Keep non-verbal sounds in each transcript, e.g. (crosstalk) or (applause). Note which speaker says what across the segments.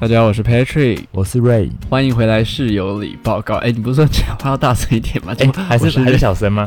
Speaker 1: 大家好，我是 Patrick，
Speaker 2: 我是 Ray，
Speaker 1: 欢迎回来室友里报告。哎，你不是说讲话要大声一点吗？
Speaker 2: 哎、
Speaker 1: 怎么
Speaker 2: 还
Speaker 1: 我
Speaker 2: 是
Speaker 1: 是
Speaker 2: 还是小声吗？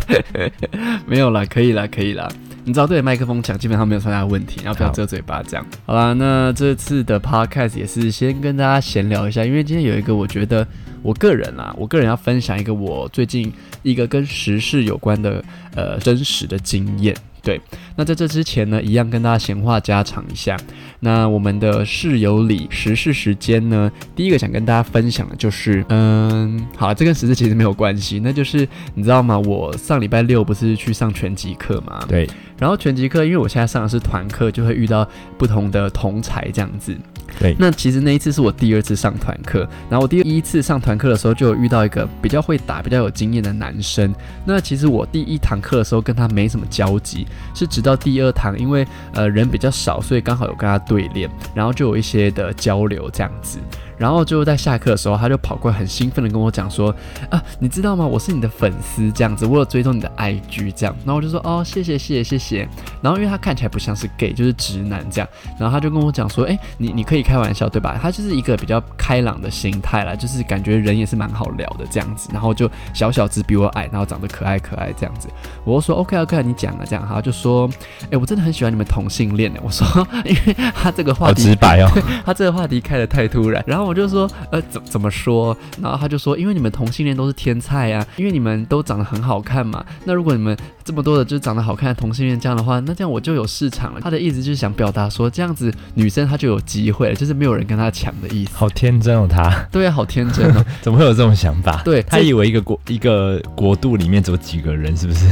Speaker 1: 没有啦，可以啦，可以啦。你知道对着麦克风讲，基本上没有太大的问题，然后不要
Speaker 2: 好
Speaker 1: 遮嘴巴这样。好啦，那这次的 podcast 也是先跟大家闲聊一下，因为今天有一个我觉得我个人啦，我个人要分享一个我最近一个跟时事有关的呃真实的经验。对，那在这之前呢，一样跟大家闲话家常一下。那我们的室友里时事时间呢，第一个想跟大家分享的就是，嗯，好啦，这跟时事其实没有关系，那就是你知道吗？我上礼拜六不是去上拳击课吗？。
Speaker 2: (laughs) 对，
Speaker 1: 然后拳击课，因为我现在上的是团课，就会遇到不同的同才这样子。
Speaker 2: 对
Speaker 1: 那其实那一次是我第二次上团课，然后我第一次上团课的时候就有遇到一个比较会打、比较有经验的男生。那其实我第一堂课的时候跟他没什么交集，是直到第二堂，因为呃人比较少，所以刚好有跟他对练，然后就有一些的交流这样子。然后就在下课的时候，他就跑过来，很兴奋的跟我讲说：“啊，你知道吗？我是你的粉丝，这样子，我有追踪你的 IG 这样。”然后我就说：“哦，谢谢，谢谢，谢谢。”然后因为他看起来不像是 gay，就是直男这样，然后他就跟我讲说：“哎，你你可以开玩笑对吧？”他就是一个比较开朗的心态啦，就是感觉人也是蛮好聊的这样子。然后就小小只比我矮，然后长得可爱可爱这样子。我就说 OK OK，你讲啊这样，他就说：“哎，我真的很喜欢你们同性恋的。”我说：“ (laughs) 因为他这个话
Speaker 2: 好
Speaker 1: 题
Speaker 2: 直白哦。
Speaker 1: 他这个话题开得太突然，然后我就说，呃，怎怎么说？然后他就说，因为你们同性恋都是天菜啊，因为你们都长得很好看嘛。那如果你们这么多的就是长得好看的同性恋这样的话，那这样我就有市场了。他的意思就是想表达说，这样子女生她就有机会了，就是没有人跟她抢的意思。
Speaker 2: 好天真哦，他
Speaker 1: 对啊，好天真 (laughs) 哦。
Speaker 2: (laughs) 怎么会有这种想法？
Speaker 1: 对
Speaker 2: 他
Speaker 1: 这
Speaker 2: 以为一个国一个国度里面只有几个人，是不是？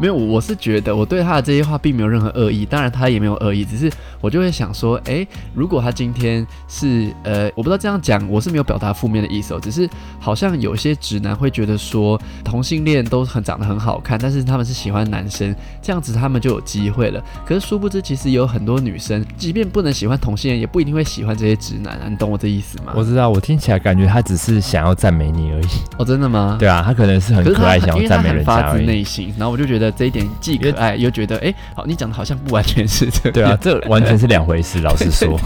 Speaker 1: 没有，我是觉得我对他的这些话并没有任何恶意，当然他也没有恶意，只是我就会想说，诶，如果他今天是呃，我不知道这样讲，我是没有表达负面的意思哦，只是好像有些直男会觉得说同性恋都很长得很好看，但是他们是喜欢男生，这样子他们就有机会了。可是殊不知，其实有很多女生，即便不能喜欢同性恋，也不一定会喜欢这些直男啊，你懂我这意思吗？
Speaker 2: (laughs) 我知道，我听起来感觉他只是想要赞美你而已。
Speaker 1: 哦，真的吗？
Speaker 2: 对啊，他可能是很
Speaker 1: 可是
Speaker 2: 可
Speaker 1: 他
Speaker 2: 爱，
Speaker 1: 很
Speaker 2: 想
Speaker 1: 因
Speaker 2: 要
Speaker 1: 为他
Speaker 2: 赞美
Speaker 1: 很
Speaker 2: 人家
Speaker 1: 发自
Speaker 2: 而已。
Speaker 1: 内心，然后我就觉得这一点既可爱又觉得，哎、好，你讲的好像不完全是这
Speaker 2: 对
Speaker 1: 样。
Speaker 2: 啊，这 (laughs) 完全是两回事。老 (laughs) 实说，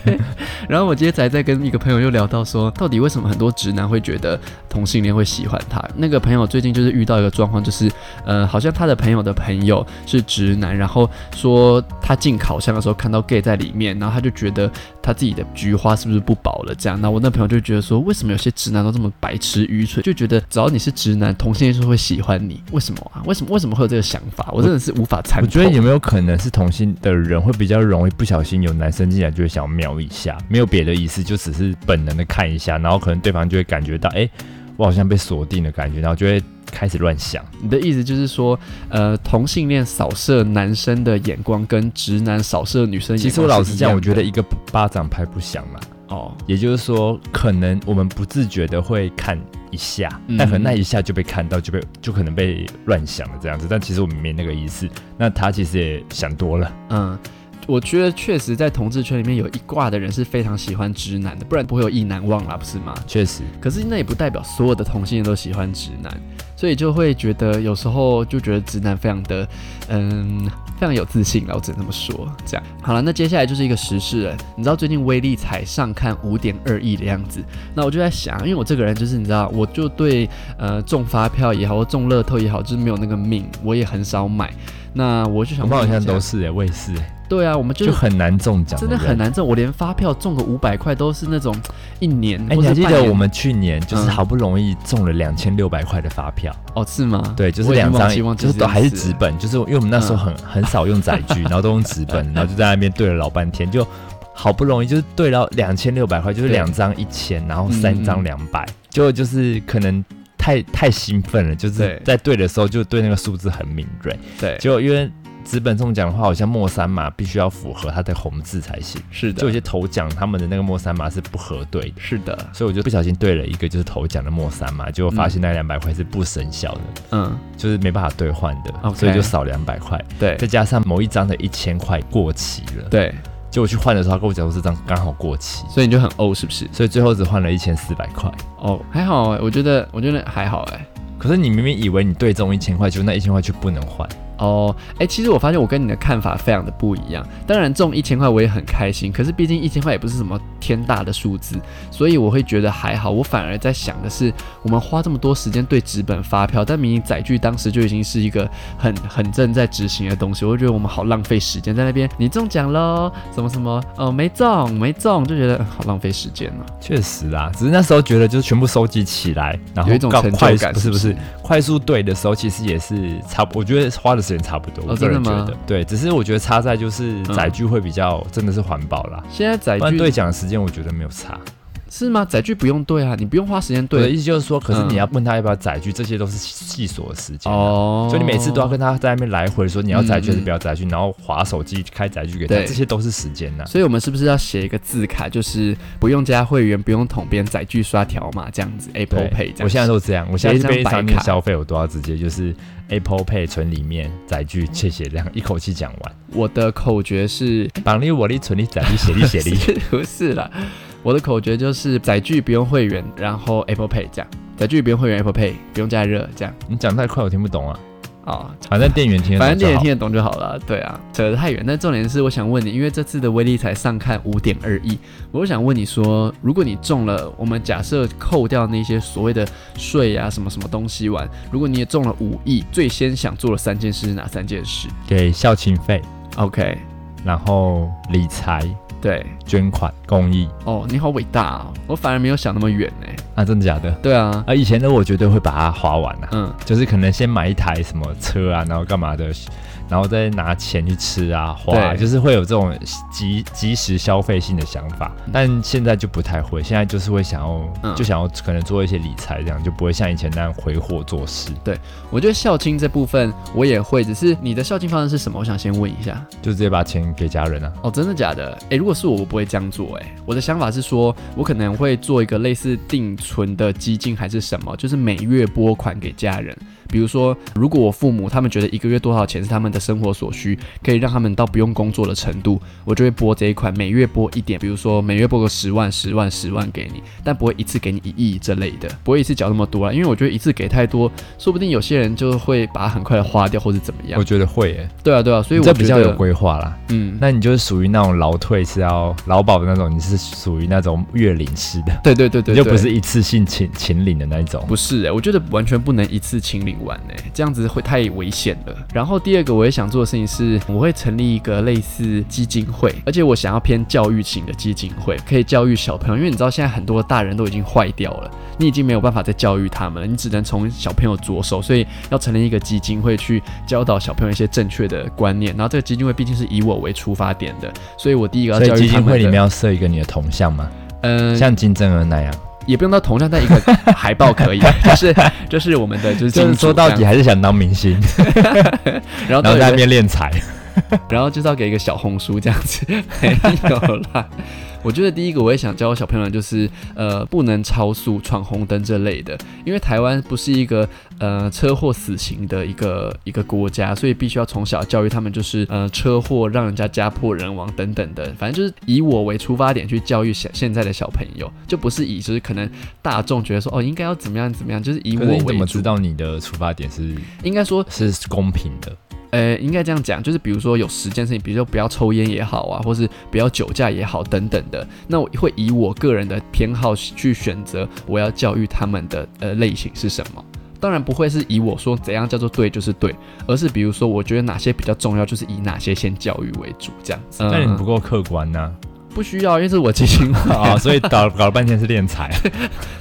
Speaker 1: (laughs) 然后我今天才在跟一个朋友又聊到说，到底为什么很多直男会觉得同性恋会喜欢他？那个朋友最近就是遇到一个状况，就是呃，好像他的朋友的朋友是直男，然后说他进烤箱的时候看到 gay 在里面，然后他就觉得他自己的菊花是不是不保了这样。那我那朋友就觉得说，为什么有些直男都这么白痴愚蠢，就觉得只要你是直男，同性恋就会喜欢你？为什么啊？为什么为什么会有这个想法？我真的是无法参
Speaker 2: 我
Speaker 1: 透。
Speaker 2: 觉得有没有可能是同性的人会比较容易不小心有男生进来就会想要瞄一下，没有别的意思，就只是本能的看一下，然后可能对方就会感觉到，哎、我好像被锁定的感觉，然后就会开始乱想。
Speaker 1: 你的意思就是说，呃，同性恋扫射男生的眼光跟直男扫射女生的
Speaker 2: 其
Speaker 1: 眼光是一样的，
Speaker 2: 实我老实讲，我觉得一个巴掌拍不响嘛，
Speaker 1: 哦，
Speaker 2: 也就是说，可能我们不自觉的会看一下，
Speaker 1: 嗯
Speaker 2: 但可能那一下就被看到，就被就可能被乱想了这样子。但其实我们没那个意思，那他其实也想多了。
Speaker 1: 嗯，我觉得确实在同志圈里面有一挂的人是非常喜欢直男的，不然不会有意难忘啦，不是吗？
Speaker 2: 确实，
Speaker 1: 可是那也不代表所有的同性恋都喜欢直男，所以就会觉得有时候就觉得直男非常的，嗯，非常有自信了，我只能这么说。这样好了，那接下来就是一个时事了。你知道最近威力才上看五点二亿的样子，那我就在想，因为我这个人就是你知道，我就对呃中发票也好，或中乐透也好，就是没有那个命，我也很少买。那我就
Speaker 2: 我
Speaker 1: 想
Speaker 2: 们
Speaker 1: 问
Speaker 2: 好
Speaker 1: 一下，
Speaker 2: 像都是哎、我也是、欸，
Speaker 1: 对啊，我们就
Speaker 2: 就是很难中奖，
Speaker 1: 真的很。难挣，我连发票中个五百块都是那种一年，
Speaker 2: 哎、
Speaker 1: 或
Speaker 2: 你
Speaker 1: 者
Speaker 2: 还记
Speaker 1: 半
Speaker 2: 得
Speaker 1: 年
Speaker 2: 我们去年就是
Speaker 1: 嗯
Speaker 2: 好不容易中了两千六百块的发票，
Speaker 1: 哦是吗？
Speaker 2: 对，就是
Speaker 1: 我已经
Speaker 2: 两
Speaker 1: 忘
Speaker 2: 张
Speaker 1: 记忘，记
Speaker 2: 就是
Speaker 1: 这
Speaker 2: 都
Speaker 1: 件
Speaker 2: 还是
Speaker 1: 事嗯了
Speaker 2: 纸本，就是因为我们那时候很、很少用载
Speaker 1: (laughs)
Speaker 2: 具，然后都用纸本，然后就在那边对了老半天，就好不容易就是对到两千六百块，就是
Speaker 1: 对
Speaker 2: 两张一千，然后
Speaker 1: 嗯
Speaker 2: 三张两百，就就是可能太太兴奋了，就是
Speaker 1: 对
Speaker 2: 在对的时候就对那个数字很敏锐，
Speaker 1: 对，
Speaker 2: 结果因为纸本中奖的话，好像末三码必须要符合它的红字才行，
Speaker 1: 是的，
Speaker 2: 就有些头奖他们的那个末三码是不核对的。
Speaker 1: 是的，
Speaker 2: 所以我就不小心对了一个就是头奖的末三码，结果发现那两百块是不生效的，
Speaker 1: 嗯，
Speaker 2: 就是没办法兑换的
Speaker 1: OK
Speaker 2: 所以就少两百块，
Speaker 1: 对
Speaker 2: 再加上某一张的一千块过期了，，
Speaker 1: 对，
Speaker 2: 结果去换的时候，他跟我讲说这张刚好过期，
Speaker 1: 所以你就很欧是不是？
Speaker 2: 所以最后只换了一千四百块。
Speaker 1: 哦，还好哎、我觉得我觉得还好哎、
Speaker 2: 可是你明明以为你对中一千块，就那一千块却不能换，
Speaker 1: 哦，哎，其实我发现我跟你的看法非常的不一样。当然中一千块我也很开心，可是毕竟一千块也不是什么天大的数字，所以我会觉得还好。我反而在想的是，我们花这么多时间对纸本发票，但明明载具当时就已经是一个很 (laughs) 很正在执行的东西，我就觉得我们好浪费时间在那边。你中奖喽，什么什么，哦没中没中，就觉得嗯好浪费时间呢、
Speaker 2: 确实啦，只是那时候觉得就是全部收集起来，然后
Speaker 1: 有一种
Speaker 2: 告
Speaker 1: 成就
Speaker 2: 哦快速
Speaker 1: 感
Speaker 2: 不是
Speaker 1: 是不
Speaker 2: 不
Speaker 1: 是
Speaker 2: 是快速对的时候，其实也是差不，我觉得花的时间差不多，
Speaker 1: 哦
Speaker 2: 我个
Speaker 1: 真
Speaker 2: 人
Speaker 1: 的
Speaker 2: 觉
Speaker 1: 吗
Speaker 2: 得，对，只是我觉得差在就是
Speaker 1: 嗯
Speaker 2: 载具会比较真的是环保啦，
Speaker 1: 现在载
Speaker 2: 不然
Speaker 1: 具
Speaker 2: 对奖的时间我觉得没有差。
Speaker 1: 是吗？载具不用对啊，你不用花时间
Speaker 2: 我的
Speaker 1: 对
Speaker 2: 意思就是说，可是
Speaker 1: 嗯
Speaker 2: 你要问他要不要载具，这些都是细琐的时间啊。
Speaker 1: 哦，
Speaker 2: 所以你每次都要跟他在那边来回说你要载具还是
Speaker 1: 嗯嗯
Speaker 2: 不要载具，然后划手机开载具给他，
Speaker 1: 嗯对
Speaker 2: 这些都是时间呐、
Speaker 1: 所以我们是不是要写一个字卡，就是不用加会员，不用统编，载具刷条码这样子，Apple
Speaker 2: 对
Speaker 1: Pay 这样子。
Speaker 2: 我现在都这样，我现
Speaker 1: 直接
Speaker 2: 在
Speaker 1: 这
Speaker 2: 被
Speaker 1: 样
Speaker 2: 商
Speaker 1: 白
Speaker 2: 店
Speaker 1: 卡
Speaker 2: 消费，我都要直接就是 Apple Pay 存里面载具谢谢这样一口气讲完，
Speaker 1: 我的口诀是，
Speaker 2: 绑你我力存你载力写力写力，
Speaker 1: 是不是啦？我的口诀就是载具不用会员，然后 Apple Pay 这样，载具不用会员 Apple Pay 不用加热这样
Speaker 2: 你讲太快我听不懂啊，
Speaker 1: 啊。
Speaker 2: 反正店员听得
Speaker 1: 反
Speaker 2: 懂
Speaker 1: 正
Speaker 2: 就
Speaker 1: 你也
Speaker 2: 好
Speaker 1: 听。得懂就好了，对啊，扯得太远。但重点是，我想问你，因为这次的威力才上看五点二亿，我想问你说，如果你中了，我们假设扣掉那些所谓的税啊，什么什么东西完，如果你也中了五亿，最先想做的三件事是哪三件事
Speaker 2: 给校庆费，
Speaker 1: ？OK，
Speaker 2: 然后理财、
Speaker 1: 对，
Speaker 2: 捐款、公益
Speaker 1: 哦，你好伟大哦，我反而没有想那么远呢。
Speaker 2: 啊，真的假的？
Speaker 1: 对啊，
Speaker 2: 啊，以前的我绝对会把它花完啊，
Speaker 1: 嗯，
Speaker 2: 就是可能先买一台什么车啊，然后干嘛的，然后再拿钱去吃啊、花啊，
Speaker 1: 对
Speaker 2: 就是会有这种及及时消费性的想法。但现在就不太会，现在就是会想要，
Speaker 1: 嗯
Speaker 2: 就想要可能做一些理财，这样就不会像以前那样挥霍做事，
Speaker 1: 我觉得孝亲这部分我也会，只是你的孝亲方式是什么？我想先问一下。
Speaker 2: 就直接把钱给家人啊。
Speaker 1: 哦，真的假的？诶，如果是我，我不会这样做、诶，我的想法是说，我可能会做一个类似定存的基金还是什么，就是每月拨款给家人。比如说，如果我父母他们觉得一个月多少钱是他们的生活所需，可以让他们到不用工作的程度，我就会拨这一款，每月拨一点，比如说每月拨个十万、十万、十万给你，但不会一次给你一亿这类的，不会一次缴那么多啊，因为我觉得一次给太多，说不定有些人就会把它很快的花掉或者怎么样
Speaker 2: 我。觉得会、耶，
Speaker 1: 对啊，对啊，所以我
Speaker 2: 这
Speaker 1: 觉
Speaker 2: 比较有
Speaker 1: 得，
Speaker 2: 规划啦。
Speaker 1: 嗯，
Speaker 2: 那你就是属于那种劳退是要劳保的那种，你是属于那种月领式的，
Speaker 1: 对对对对
Speaker 2: 你就不
Speaker 1: 对
Speaker 2: 是一次性请请领的那一种。
Speaker 1: 不是、欸，我觉得完全不能一次清理完哎、这样子会太危险了。然后第二个我也想做的事情是，我会成立一个类似基金会，而且我想要偏教育型的基金会，可以教育小朋友，因为你知道现在很多大人都已经坏掉了，你已经没有办法再教育他们了，你只能从小朋友着手，所以要成立一个基金会去教导小朋友一些正确的观念。然后这个基金会毕竟是以我为出发点的，所以我第一个要
Speaker 2: 所以
Speaker 1: 教育
Speaker 2: 基
Speaker 1: 他
Speaker 2: 金
Speaker 1: 们
Speaker 2: 会
Speaker 1: 的。
Speaker 2: 里面要设一个你的铜像吗？
Speaker 1: 嗯、
Speaker 2: 像金正恩那样？
Speaker 1: 也不用到铜像，但一个海报可以， (laughs) 就是就是我们的就是
Speaker 2: 就是
Speaker 1: 金主
Speaker 2: 说到
Speaker 1: 这样
Speaker 2: 底还是想当明星，
Speaker 1: 然后
Speaker 2: 然
Speaker 1: 到
Speaker 2: 后在
Speaker 1: 底
Speaker 2: 那边练财。
Speaker 1: 哦然后就是要给一个小红书这样子， (laughs) 没有啦。我觉得第一个我也想教小朋友，就是呃不能超速、闯红灯这类的，因为台湾不是一个呃车祸死刑的一个一个国家，所以必须要从小教育他们，就是呃车祸让人家家破人亡等等的，反正就是以我为出发点去教育现现在的小朋友，就不是以就是可能大众觉得说哦应该要怎么样怎么样，就是以
Speaker 2: 可
Speaker 1: 我
Speaker 2: 是你怎
Speaker 1: 为
Speaker 2: 么
Speaker 1: 主
Speaker 2: 知。道你的出发点是
Speaker 1: 应该说
Speaker 2: 是公平的？
Speaker 1: 呃，应该这样讲，就是比如说有十件事情，比如说不要抽烟也好啊，或是不要酒驾也好等等的，那我会以我个人的偏好去选择我要教育他们的呃类型是什么。当然不会是以我说怎样叫做对就是对，而是比如说我觉得哪些比较重要，就是以哪些先教育为主这样子。
Speaker 2: 但你
Speaker 1: 嗯
Speaker 2: 不够客观呐、
Speaker 1: (laughs) 不需要，因为这是我基金会
Speaker 2: 啊，所以搞搞了半天是练
Speaker 1: (laughs)
Speaker 2: 财。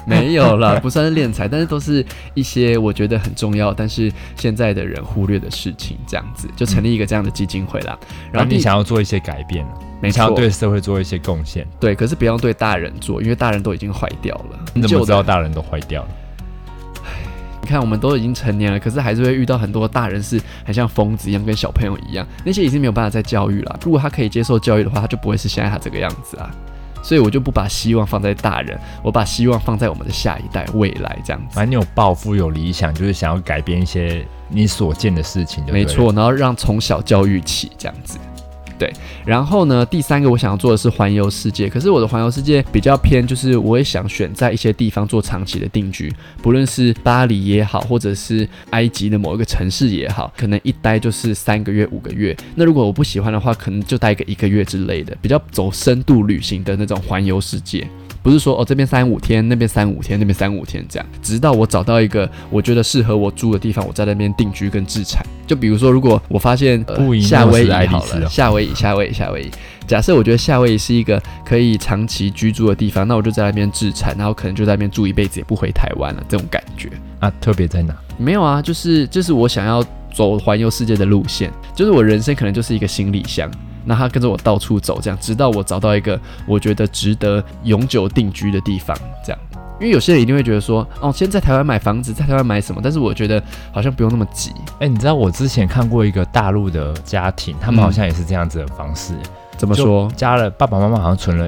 Speaker 1: 没有啦，不算是敛财，但是都是一些我觉得很重要，但是现在的人忽略的事情，这样子就成立一个这样的基金会啦。
Speaker 2: 然后
Speaker 1: 第
Speaker 2: 你想要做一些改变，
Speaker 1: 没
Speaker 2: 你想要
Speaker 1: 错，
Speaker 2: 对社会做一些贡献，
Speaker 1: 对，可是不要对大人做，因为大人都已经坏掉了。
Speaker 2: 你怎
Speaker 1: 旧
Speaker 2: 么
Speaker 1: 的
Speaker 2: 知道大人都坏掉了？
Speaker 1: 你看，我们都已经成年了，可是还是会遇到很多大人是很像疯子一样，跟小朋友一样，那些已经没有办法再教育了。如果他可以接受教育的话，他就不会是现在他这个样子啊。所以我就不把希望放在大人，我把希望放在我们的下一代未来这样子。
Speaker 2: 反正你有抱负、有理想，就是想要改变一些你所见的事情就对
Speaker 1: 没
Speaker 2: 了
Speaker 1: 错，然后让从小教育起这样子。对，然后呢，第三个我想要做的是环游世界，可是我的环游世界比较偏，就是我也想选在一些地方做长期的定居，不论是巴黎也好，或者是埃及的某一个城市也好，可能一待就是三个月、五个月。那如果我不喜欢的话，可能就待个一个月之类的，比较走深度旅行的那种环游世界。不是说哦这边三五天，那边三五天，那边三五天这样，直到我找到一个我觉得适合我住的地方，我在那边定居跟置产。就比如说，如果我发现、呃
Speaker 2: 不一定
Speaker 1: 夏威夷
Speaker 2: 是爱丽
Speaker 1: 好
Speaker 2: 丝
Speaker 1: 了，
Speaker 2: 哦
Speaker 1: 夏威夷，夏威夷，夏威夷。假设我觉得夏威夷是一个可以长期居住的地方，那我就在那边置产，然后可能就在那边住一辈子，也不回台湾了，这种感觉。
Speaker 2: 啊，特别在哪？
Speaker 1: 没有啊，就是这、是我想要走环游世界的路线，就是我人生可能就是一个行李箱，那它跟着我到处走，这样直到我找到一个我觉得值得永久定居的地方，这样。因为有些人一定会觉得说，哦，先在台湾买房子，在台湾买什么？但是我觉得好像不用那么急，
Speaker 2: 哎、你知道我之前看过一个大陆的家庭，他们好像也是这样子的方式，
Speaker 1: 怎么
Speaker 2: 就
Speaker 1: 说？
Speaker 2: 加了爸爸妈妈好像存了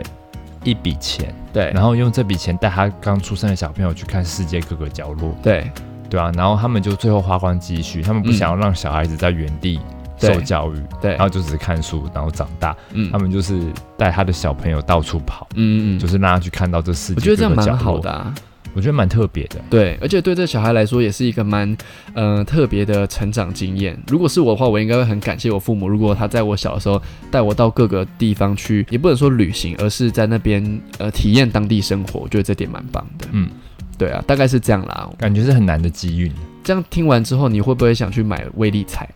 Speaker 2: 一笔钱，
Speaker 1: 对
Speaker 2: 然后用这笔钱带他刚出生的小朋友去看世界各个角落，
Speaker 1: 对
Speaker 2: 对啊，然后他们就最后花光积蓄，他们不
Speaker 1: 嗯
Speaker 2: 想要让小孩子在原地
Speaker 1: 对
Speaker 2: 受教育，
Speaker 1: 对
Speaker 2: 然，后就只是看书，然后长大，
Speaker 1: 嗯
Speaker 2: 他们就是带他的小朋友到处跑，
Speaker 1: 嗯嗯
Speaker 2: 就
Speaker 1: 嗯，
Speaker 2: 是让他去看到这世界，
Speaker 1: 我觉得这样蛮好的、，啊。
Speaker 2: 我觉得蛮特别的。
Speaker 1: 对，而且对这小孩来说也是一个蛮呃特别的成长经验。如果是我的话，我应该会很感谢我父母。如果他在我小的时候带我到各个地方去，也不能说旅行，而是在那边呃体验当地生活，我觉得这点蛮棒的。
Speaker 2: 嗯，
Speaker 1: 对啊，大概是这样啦。
Speaker 2: 感觉是很难的机遇，
Speaker 1: 这样听完之后，你会不会想去买威力彩？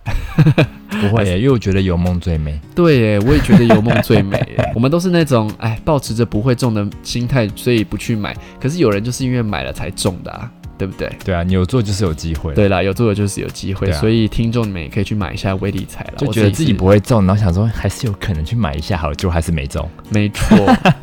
Speaker 2: 不会耶、因为我觉得有梦最美。
Speaker 1: 对耶，我也觉得有梦最美耶。我们都是那种哎，保持着不会中的心态，所以不去买。可是有人就是因为买了才中的啊，对不对？
Speaker 2: 对啊，你有做就是有机会。
Speaker 1: 对啦，有做的就是有机会，
Speaker 2: 对啊
Speaker 1: 所以听众你们也可以去买一下微理财了。
Speaker 2: 就
Speaker 1: 我
Speaker 2: 觉得啊自己
Speaker 1: 是
Speaker 2: 不会中，然后想说还是有可能去买一下好了，结果还是没中，
Speaker 1: 没错。 (laughs)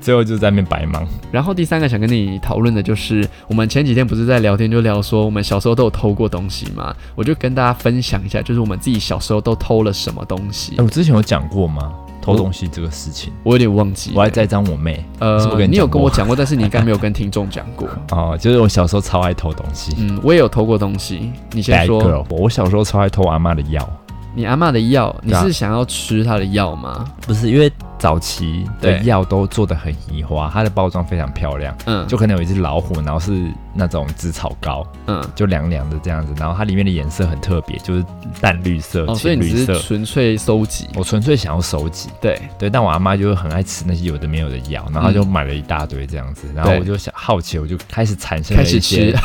Speaker 2: 最后就在那边白忙。
Speaker 1: 然后第三个想跟你讨论的就是，我们前几天不是在聊天就聊说我们小时候都有偷过东西嘛，我就跟大家分享一下，就是我们自己小时候都偷了什么东西
Speaker 2: 哎、，我之前有讲过吗？偷东西这个事情，
Speaker 1: 我有点忘记了。
Speaker 2: 我还栽赃我妹是不是
Speaker 1: 呃，
Speaker 2: 跟你
Speaker 1: 你有
Speaker 2: 讲
Speaker 1: 跟
Speaker 2: 过
Speaker 1: 我讲过，但是你应该没有跟听众讲过。
Speaker 2: 哦，就是我小时候超爱偷东西。
Speaker 1: 嗯，我也有偷过东西，你先
Speaker 2: Bad
Speaker 1: 说。
Speaker 2: girl，我小时候超爱偷我阿妈的药，
Speaker 1: 你阿嬷的药，你
Speaker 2: 对啊
Speaker 1: 是想要吃她的药吗？
Speaker 2: 不是因为早期的
Speaker 1: 对
Speaker 2: 药都做的很移花，它的包装非常漂亮，
Speaker 1: 嗯，
Speaker 2: 就可能有一只老虎，然后是那种紫草膏，
Speaker 1: 嗯。
Speaker 2: 就凉凉的这样子，然后它里面的颜色很特别，就是淡绿色、
Speaker 1: 哦，所以
Speaker 2: 浅
Speaker 1: 你
Speaker 2: 绿
Speaker 1: 只
Speaker 2: 色哦
Speaker 1: 是。纯粹收集，
Speaker 2: 我纯粹想要收集，
Speaker 1: 对，
Speaker 2: 对，但我阿妈就是很爱吃那些有的没有的药，然后她就买了一大堆这样子，然后
Speaker 1: 对
Speaker 2: 我就想好奇，我就开始产生
Speaker 1: 开
Speaker 2: 了一
Speaker 1: 始吃 (laughs)
Speaker 2: 些，，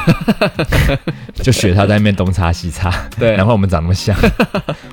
Speaker 2: (laughs) 就学她在那边东擦西擦， (laughs)
Speaker 1: 对，
Speaker 2: 难怪我们长那么像。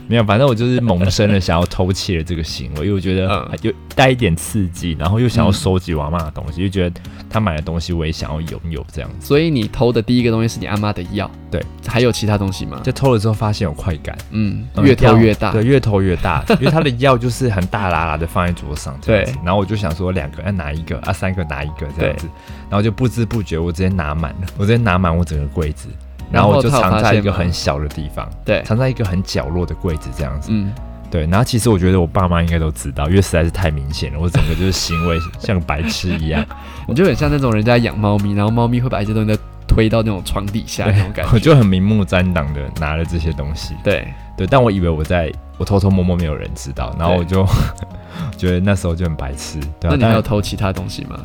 Speaker 2: 没有，反正我就是萌生了想要偷窃的这个行为，因为我觉得
Speaker 1: 嗯
Speaker 2: 有带一点刺激，然后又想要
Speaker 1: 嗯
Speaker 2: 收集我阿妈的东西，又觉得她买的东西我也想要拥有这样子，
Speaker 1: 所以你偷的第一个东西是你阿妈的药，
Speaker 2: 对，
Speaker 1: 还有其他东西吗？
Speaker 2: 就偷了之后发现有快感，
Speaker 1: 嗯，
Speaker 2: 嗯
Speaker 1: 越偷越大，
Speaker 2: 对，越偷越
Speaker 1: (laughs)
Speaker 2: 大，因为他的药就是很大拉拉的放在桌上，这样子
Speaker 1: 对。
Speaker 2: 然后我就想说，两个要拿一个，啊，三个拿一个这样子，然后就不知不觉我直接拿满了，我直接拿满我整个柜子，
Speaker 1: 然
Speaker 2: 然
Speaker 1: 后
Speaker 2: 后我就
Speaker 1: 他有发
Speaker 2: 藏在一
Speaker 1: 现
Speaker 2: 个
Speaker 1: 吗
Speaker 2: 很小的地方，
Speaker 1: 对
Speaker 2: 藏在一个很角落的柜子这样子。
Speaker 1: 嗯，
Speaker 2: 对，然后其实我觉得我爸妈应该都知道，因为实在是太明显了，我整个就是行为像白痴一样，
Speaker 1: 你就很像那种人家养猫咪，然后猫咪会把一些东西都推到那种床底下那种 (laughs) 感
Speaker 2: 我
Speaker 1: 觉，
Speaker 2: 就很明目张胆的拿了这些东西。
Speaker 1: 对，
Speaker 2: 对，但我以为我在我偷偷摸摸没有人知道，然后我就 (laughs) 觉得那时候就很白痴。对、
Speaker 1: 那
Speaker 2: 啊，
Speaker 1: 你
Speaker 2: 但
Speaker 1: 还有偷其他东西吗？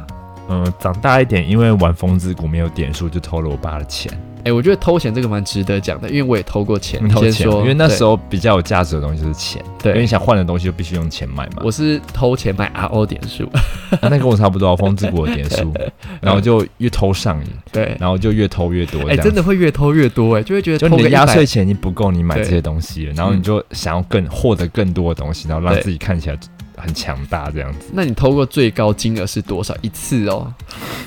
Speaker 2: 嗯，长大一点，因为玩风之谷没有点数，就偷了我爸的钱，
Speaker 1: 哎，我觉得偷钱这个蛮值得讲的，因为我也偷过钱，
Speaker 2: 偷
Speaker 1: 先
Speaker 2: 钱，
Speaker 1: 说，
Speaker 2: 因为那时
Speaker 1: 候
Speaker 2: 候比较有价值的东西就是钱，因为你
Speaker 1: 对。
Speaker 2: 想换的东西就必须用钱买嘛。
Speaker 1: 我是偷钱买 RO 点
Speaker 2: (laughs)
Speaker 1: 数，
Speaker 2: 啊那跟我差不多，风之谷的
Speaker 1: (laughs)
Speaker 2: 点数，然后就越偷上瘾，
Speaker 1: 对，
Speaker 2: 然后就越偷越多。
Speaker 1: 哎，真
Speaker 2: 的，
Speaker 1: 的会越偷越多，哎，就会觉得
Speaker 2: 就
Speaker 1: 偷
Speaker 2: 你
Speaker 1: 个
Speaker 2: 的压
Speaker 1: 100
Speaker 2: 岁，钱已经不够你买
Speaker 1: 对
Speaker 2: 这些东西了，然后你
Speaker 1: 嗯
Speaker 2: 就想要更获得更多的东西，然后让
Speaker 1: 对
Speaker 2: 自己看起来很强大这样子。 (laughs)
Speaker 1: 那你偷过最高金额是多少一次哦？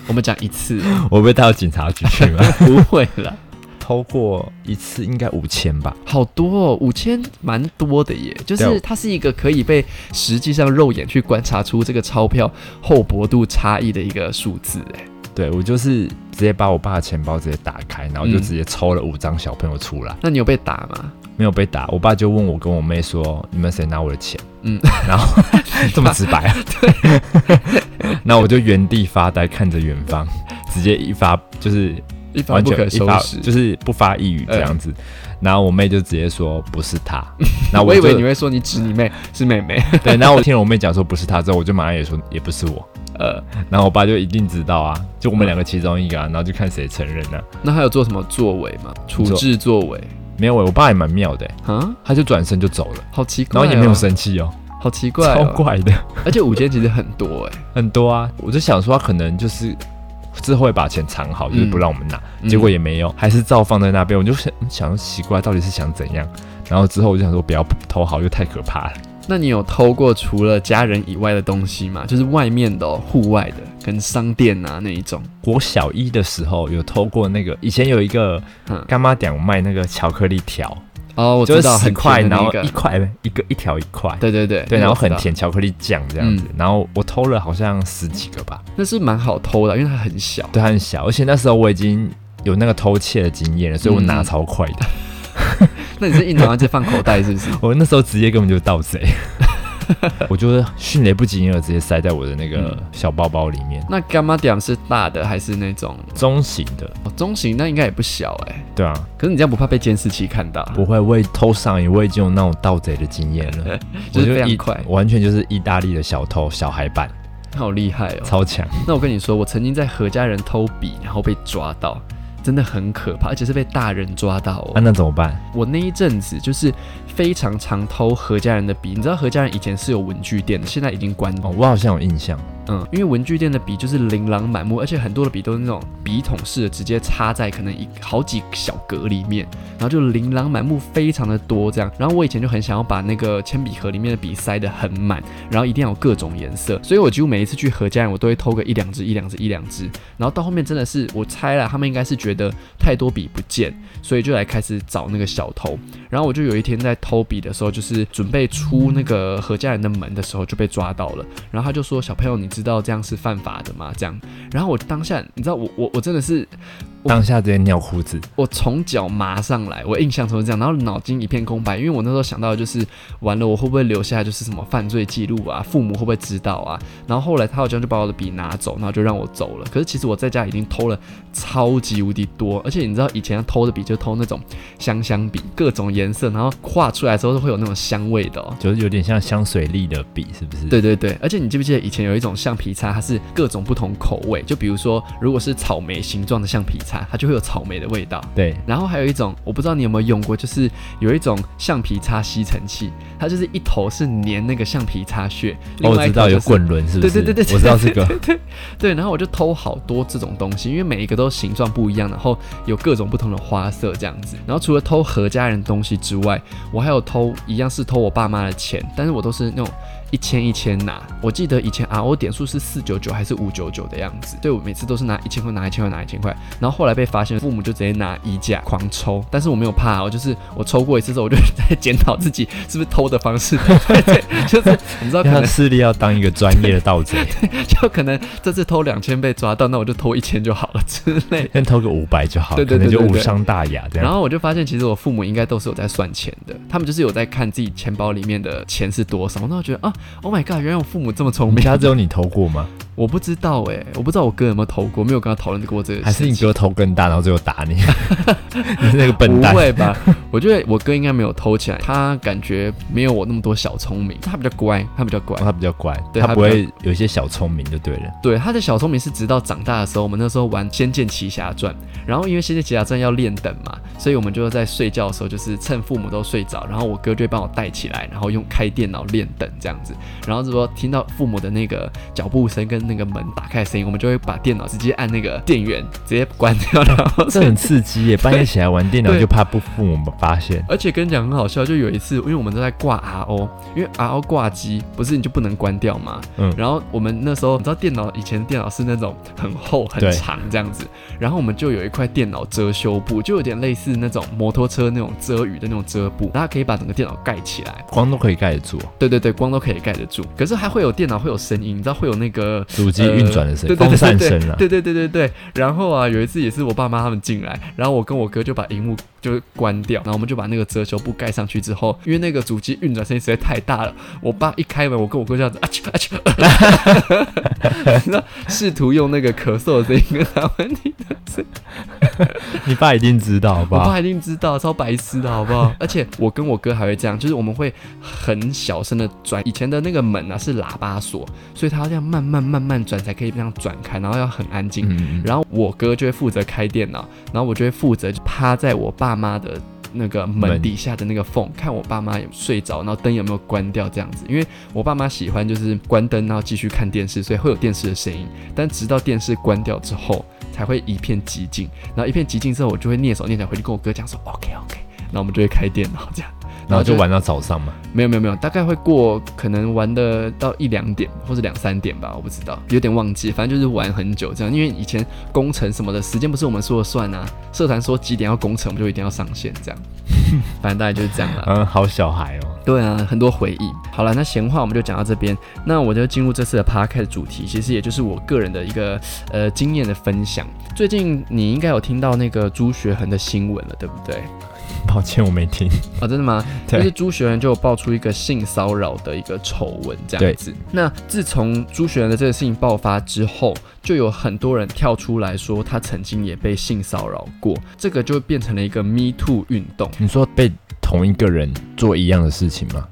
Speaker 1: 我们讲一次哦，
Speaker 2: (laughs) 我被带到警察局去吗？
Speaker 1: 不会啦，
Speaker 2: 偷过一次应该五千吧，
Speaker 1: 好多哦，五千蛮多的耶，就
Speaker 2: 对
Speaker 1: 是它是一个可以被实际上肉眼去观察出这个钞票厚薄度差异的一个数字，哎，
Speaker 2: 对我就是直接把我爸的钱包直接打开，然后就
Speaker 1: 嗯
Speaker 2: 直接抽了五张小朋友出来，
Speaker 1: 那你有被打吗？
Speaker 2: 没有被打。我爸就问我跟我妹说：“你们谁拿我的钱？”嗯
Speaker 1: 嗯，(laughs)
Speaker 2: 然后这么直白啊？ (laughs) 对。那我就原地发呆，看着远方，直接一发就是
Speaker 1: 一发
Speaker 2: 完
Speaker 1: 不
Speaker 2: 全
Speaker 1: 可
Speaker 2: 一
Speaker 1: 收
Speaker 2: 发
Speaker 1: 拾。嗯
Speaker 2: 就是不发一语这样子。然后我妹就直接说不是
Speaker 1: (laughs)
Speaker 2: 他，然后
Speaker 1: 我以
Speaker 2: 就
Speaker 1: 为你会说你指你妹 (laughs) 是妹
Speaker 2: (laughs)
Speaker 1: 妹，
Speaker 2: 对，然后我听了我妹讲说不是他之后，我就马上也说也不是我。
Speaker 1: 呃，
Speaker 2: 然后我爸就一定知道啊，就我们两个其中一
Speaker 1: 嗯
Speaker 2: 个啊，然后就看谁承认啊。
Speaker 1: 那还有做什么作为吗？处
Speaker 2: 做
Speaker 1: 置作为
Speaker 2: 没有欸，我爸也蛮妙的欸、
Speaker 1: 啊，
Speaker 2: 他就转身就走了，
Speaker 1: 好奇怪、哦，
Speaker 2: 然后也没有，生气哦，
Speaker 1: 好奇怪、
Speaker 2: 超
Speaker 1: 哦，
Speaker 2: 怪的，
Speaker 1: 而且午间其实很多哎、
Speaker 2: (laughs) 很多啊。我就想说他可能就是之后会把钱藏好，就是不让我们拿，
Speaker 1: 嗯
Speaker 2: 结果也没有，还是照放在那边。我就想想说奇怪，到底是想怎样？然后之后我就想说不要偷好，又太可怕了。
Speaker 1: 那你有偷过除了家人以外的东西吗？就是外面的、哦，户外的，跟商店啊那一种。
Speaker 2: 我小一的时候有偷过那个，以前有一个
Speaker 1: 嗯，
Speaker 2: 干妈店卖那个巧克力条，
Speaker 1: 哦，我
Speaker 2: 就
Speaker 1: 知
Speaker 2: 是
Speaker 1: 道，
Speaker 2: 十
Speaker 1: 很
Speaker 2: 块，
Speaker 1: 甜的
Speaker 2: 然
Speaker 1: 那
Speaker 2: 后
Speaker 1: 个
Speaker 2: 一。块一个一条一块，
Speaker 1: 对对对，
Speaker 2: 对，然后很
Speaker 1: 那个我知道，嗯
Speaker 2: 甜巧克力酱这样子。然后我偷了好像十几个吧，
Speaker 1: 那是蛮好偷的，因为它很小。
Speaker 2: 对，它很小，而且那时候我已经有那个偷窃的经验了，所以我拿
Speaker 1: 嗯
Speaker 2: 超快的。
Speaker 1: 那你是一拿完就放口袋是
Speaker 2: (laughs)
Speaker 1: 不是？
Speaker 2: 我那时候直接根本就盗贼，
Speaker 1: (laughs)
Speaker 2: 我就是迅雷不及掩耳，直接塞在我的那个
Speaker 1: 嗯
Speaker 2: 小包包里面，
Speaker 1: 那干妈点是大的还是那种、
Speaker 2: 中型的，
Speaker 1: 哦、中型？那应该也不小哎、
Speaker 2: 对啊，
Speaker 1: 可是你这样不怕被监视器看到？，
Speaker 2: 不会为偷上瘾，我已经有那种盗贼的经验了
Speaker 1: (laughs) 就是
Speaker 2: 我
Speaker 1: 非常
Speaker 2: 意
Speaker 1: 快
Speaker 2: 完全就是意大利的小偷小孩版，
Speaker 1: 好厉害哦！
Speaker 2: 超强。
Speaker 1: 那我跟你说，我曾经在何家人偷笔，然后被抓到，真的很可怕，而且是被大人抓到哦。
Speaker 2: 啊，那怎么办？
Speaker 1: 我那一阵子就是非常常偷何家人的笔，你知道何家人以前是有文具店的，现在已经关了。
Speaker 2: 哦，我好像有印象，
Speaker 1: 嗯，因为文具店的笔就是琳琅满目，而且很多的笔都是那种笔筒式的，直接插在可能一好几小格里面，然后就琳琅满目，非常的多这样。然后我以前就很想要把那个铅笔盒里面的笔塞得很满，然后一定要有各种颜色，所以我几乎每一次去何家人，我都会偷个一两支、一两支、一两支。然后到后面真的是，我猜了，他们应该是觉得太多笔不见，所以就来开始找那个小偷。然后我就有一天在偷笔的时候，就是准备出那个何家人的门的时候就被抓到了。然后他就说：“小朋友，你知道这样是犯法的吗？”这样。然后我当下，你知道我我我真的是我
Speaker 2: 当下直接尿裤子，
Speaker 1: 我从脚麻上来，我印象中是这样，然后脑筋一片空白，因为我那时候想到的就是，完了我会不会留下就是什么犯罪记录啊，父母会不会知道啊？然后后来他好像就把我的笔拿走，然后就让我走了。可是其实我在家已经偷了超级无敌多，而且你知道以前偷的笔就偷那种香香笔，各种颜色，然后画出来之后都会有那种香味的哦。
Speaker 2: 就是有点像香水粒的笔，是不是？
Speaker 1: 对对对，而且你记不记得以前有一种橡皮擦，它是各种不同口味，就比如说如果是草莓形状的橡皮擦，它就会有草莓的味道。
Speaker 2: 对，
Speaker 1: 然后还有一种，我不知道你有没有用过，就是有一种橡皮擦吸尘器，它就是一头是粘那个橡皮擦屑，
Speaker 2: 哦，
Speaker 1: 另
Speaker 2: 我
Speaker 1: 外一
Speaker 2: 知
Speaker 1: 头
Speaker 2: 道有
Speaker 1: 就是
Speaker 2: 滚轮，是不
Speaker 1: 对
Speaker 2: 是？
Speaker 1: 对对对对
Speaker 2: 我知道这 (laughs) 个。
Speaker 1: 对，然后我就偷好多这种东西，因为每一个都形状不一样，然后有各种不同的花色这样子。然后除了偷何家人东西之外，我还有偷一样是偷我爸妈的钱，但是我都是那种一千一千拿。我记得以前 RO 点数是四九九还是五九九的样子，对我每次都是拿一千块拿一千块拿一千块。然后后来被发现，父母就直接拿衣架狂抽，但是我没有怕哦，就是我抽过一次之后，我就 (laughs) 在检讨自己是不是偷的方式， (laughs) 就是你知道可
Speaker 2: 他
Speaker 1: 能
Speaker 2: 势力要当一个专业的
Speaker 1: (laughs)
Speaker 2: 盗贼，
Speaker 1: 就可能这次偷两千被抓到，那我就偷一千就好了之类。
Speaker 2: 先偷个五百就好，
Speaker 1: 对对
Speaker 2: 可
Speaker 1: 对
Speaker 2: 能就
Speaker 1: 对对
Speaker 2: 无伤大雅这
Speaker 1: 然
Speaker 2: 样。
Speaker 1: 后我就发现，其实我父母应该都是有在算钱的，他们就是有在看自己钱包里面的钱是多少。那我觉得啊，Oh my god，原来我父母这么聪
Speaker 2: 我们
Speaker 1: 明。
Speaker 2: 家只有你偷过吗？
Speaker 1: 我不知道哎、我不知道我哥有没有投过，没有跟他讨论过这个事情。
Speaker 2: 还是你哥偷更大，然后最后打
Speaker 1: (laughs)
Speaker 2: 你？你是那个笨蛋
Speaker 1: 不。会吧？我觉得我哥应该没有偷起来，他感觉没有我那么多小聪明，他比较乖，他比较乖。
Speaker 2: 他比较乖，
Speaker 1: 对
Speaker 2: 他
Speaker 1: 他
Speaker 2: 不
Speaker 1: 比较
Speaker 2: 会有一些小聪明就对了。
Speaker 1: 对，他的小聪明是直到长大的时候，我们那时候玩《仙剑奇侠传》，然后因为《仙剑奇侠传》要练等嘛，所以我们就在睡觉的时候，就是趁父母都睡着，然后我哥就会帮我带起来，然后用开电脑练等这样子。然后如果听到父母的那个脚步声跟那个门打开的声音，我们就会把电脑直接按那个电源直接关掉，然后 (laughs)
Speaker 2: 这很刺激耶！半夜起来玩电脑
Speaker 1: 对
Speaker 2: 就怕不父母发现，
Speaker 1: 而且跟你讲很好笑，就有一次，因为我们都在挂 RO，因为 RO 挂机不是你就不能关掉吗？
Speaker 2: 嗯
Speaker 1: 然后我们那时候你知道电脑以前电脑是那种很厚很
Speaker 2: 对
Speaker 1: 长这样子，然后我们就有一块电脑遮羞布，就有点类似那种摩托车那种遮雨的那种遮布，然后可以把整个电脑盖起来。
Speaker 2: 光都可以盖得住，啊
Speaker 1: 对对对，光都可以盖得住，可是还会有电脑会有声音，你知道会有那个
Speaker 2: 主机运转的
Speaker 1: 呃
Speaker 2: 声音，
Speaker 1: 对对
Speaker 2: 风扇
Speaker 1: 对
Speaker 2: 声啊。
Speaker 1: 对对对对对。然后啊，有一次也是我爸妈他们进来，然后我跟我哥就把荧幕就关掉，然后我们就把那个遮羞布盖上去之后，因为那个主机运转声音实在太大了，我爸一开门，我跟我哥这样子啊去啊去，你知道试图用那个咳嗽的声音跟他们听，思。
Speaker 2: 你爸一定知道，好不
Speaker 1: 我
Speaker 2: 好？
Speaker 1: 爸一定知道，超白痴的好不好？而且我跟我哥还会这样，就是我们会很小声的转，以前的那个门啊是喇叭锁，所以他要这样慢慢慢慢转才可以这样转开，然后要很安静。
Speaker 2: 嗯，
Speaker 1: 然后我哥就会负责开电脑，然后我就会负责趴在我爸妈的那个门
Speaker 2: 门
Speaker 1: 底下的那个缝，看我爸妈有睡着，然后灯有没有关掉这样子。因为我爸妈喜欢就是关灯，然后继续看电视，所以会有电视的声音。但直到电视关掉之后，才会一片寂静。然后一片寂静之后，我就会蹑手蹑脚回去跟我哥讲说 OK OK，然后我们就会开电脑这样。
Speaker 2: 然后就玩到早上嘛。
Speaker 1: 没有没有没有，大概会过可能玩的到一两点或者两三点吧，我不知道，有点忘记，反正就是玩很久这样。因为以前工程什么的时间不是我们说了算啊，社团说几点要工程，我们就一定要上线这样。反正大概就是这样啦。
Speaker 2: 嗯，好小孩哦。
Speaker 1: 对啊，很多回忆。好了，那闲话我们就讲到这边，那我就进入这次的 podcast 主题，其实也就是我个人的一个呃经验的分享。最近你应该有听到那个朱学恒的新闻了，对不对？
Speaker 2: 抱歉，我没听。
Speaker 1: 哦，真的吗？
Speaker 2: 对
Speaker 1: 就是朱学仁就有爆出一个性骚扰的一个丑闻这样子。那自从朱学仁的这个事情爆发之后，就有很多人跳出来说他曾经也被性骚扰过，这个就变成了一个 Me Too 运动。
Speaker 2: 你说被同一个人做一样的事情吗？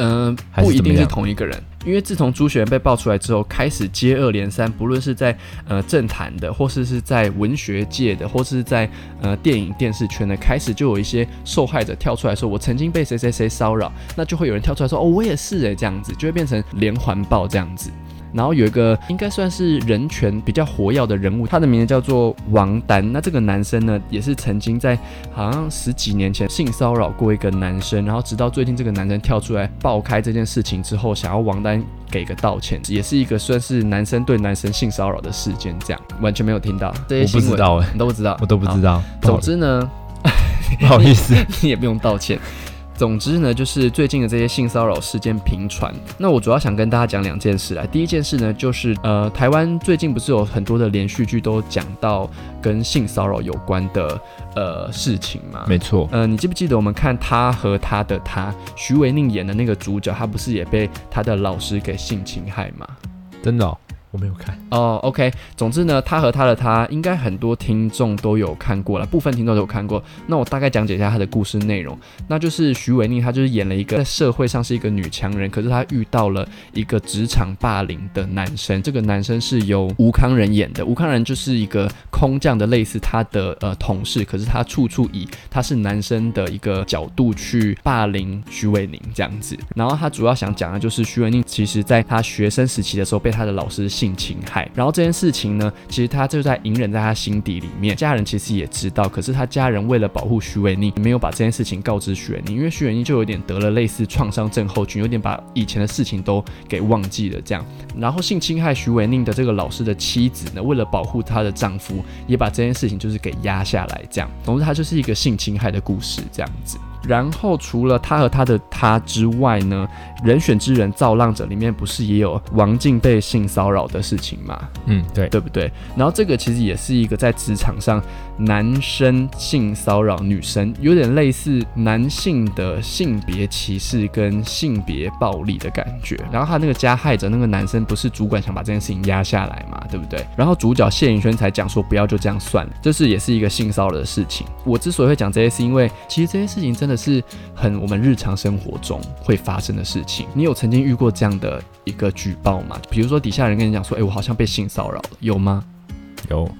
Speaker 1: 嗯、
Speaker 2: 还是
Speaker 1: 不一
Speaker 2: 怎么
Speaker 1: 定是
Speaker 2: 样
Speaker 1: 同一个人，因为自从朱学仁被爆出来之后，开始接二连三，不论是在呃政坛的，或是是在文学界的，或是在呃电影电视圈的，开始就有一些受害者跳出来说，我曾经被谁谁谁骚扰，那就会有人跳出来说，哦，我也是诶，这样子就会变成连环爆这样子。然后有一个应该算是人权比较活跃的人物，他的名字叫做王丹。那这个男生呢，也是曾经在好像十几年前性骚扰过一个男生，然后直到最近这个男生跳出来爆开这件事情之后，想要王丹给个道歉，也是一个算是男生对男生性骚扰的事件，这样完全没有听到这些
Speaker 2: 我不
Speaker 1: 新闻，
Speaker 2: 知道哎、
Speaker 1: 你都不知道，
Speaker 2: 我都不
Speaker 1: 好
Speaker 2: 知。道。不好
Speaker 1: 总之呢，
Speaker 2: 不好意思，
Speaker 1: (laughs) 你也不用道歉。总之呢，就是最近的这些性骚扰事件频传。那我主要想跟大家讲两件事来。第一件事呢，就是呃，台湾最近不是有很多的连续剧都讲到跟性骚扰有关的呃事情吗？
Speaker 2: 没错，
Speaker 1: 呃，你记不记得我们看《他和他的他》，徐维宁演的那个主角，他不是也被他的老师给性侵害吗？
Speaker 2: 真的、哦，我没有看。
Speaker 1: 哦、o k 总之呢，他和他的他应该很多听众都有看过了，部分听众都有看过。那我大概讲解一下他的故事内容，那就是徐维宁，她就是演了一个在社会上是一个女强人，可是她遇到了一个职场霸凌的男生，这个男生是由吴康仁演的，吴康仁就是一个空降的类似他的呃同事，可是他处处以他是男生的一个角度去霸凌徐伟宁这样子。然后他主要想讲的就是徐伟宁其实在他学生时期的时候被他的老师性侵害，然后这件事情呢，其实他就在隐忍在他心底里面，家人其实也知道，可是他家人为了保护徐伟宁，没有把这件事情告知徐伟宁，因为徐伟宁就有点得了类似创伤症候群，有点把以前的事情都给忘记了这样。然后性侵害徐伟宁的这个老师的妻子呢，为了保护她的丈夫，也把这件事情就是给压下来，这样。总之，它就是一个性侵害的故事，这样子。然后除了他和他的他之外呢，《人选之人造浪者》里面不是也有王静被性骚扰的事情吗？
Speaker 2: 嗯，对，
Speaker 1: 对不对？然后这个其实也是一个在职场上男生性骚扰女生，有点类似男性的性别歧视跟性别暴力的感觉。然后他那个加害者那个男生不是主管想把这件事情压下来嘛，对不对？然后主角谢颖轩才讲说不要就这样算了，这是也是一个性骚扰的事情。我之所以会讲这些，是因为其实这些事情真的是很我们日常生活中会发生的事情。你有曾经遇过这样的一个举报吗？比如说底下人跟你讲说，哎、我好像被性骚扰了，有吗？
Speaker 2: 有，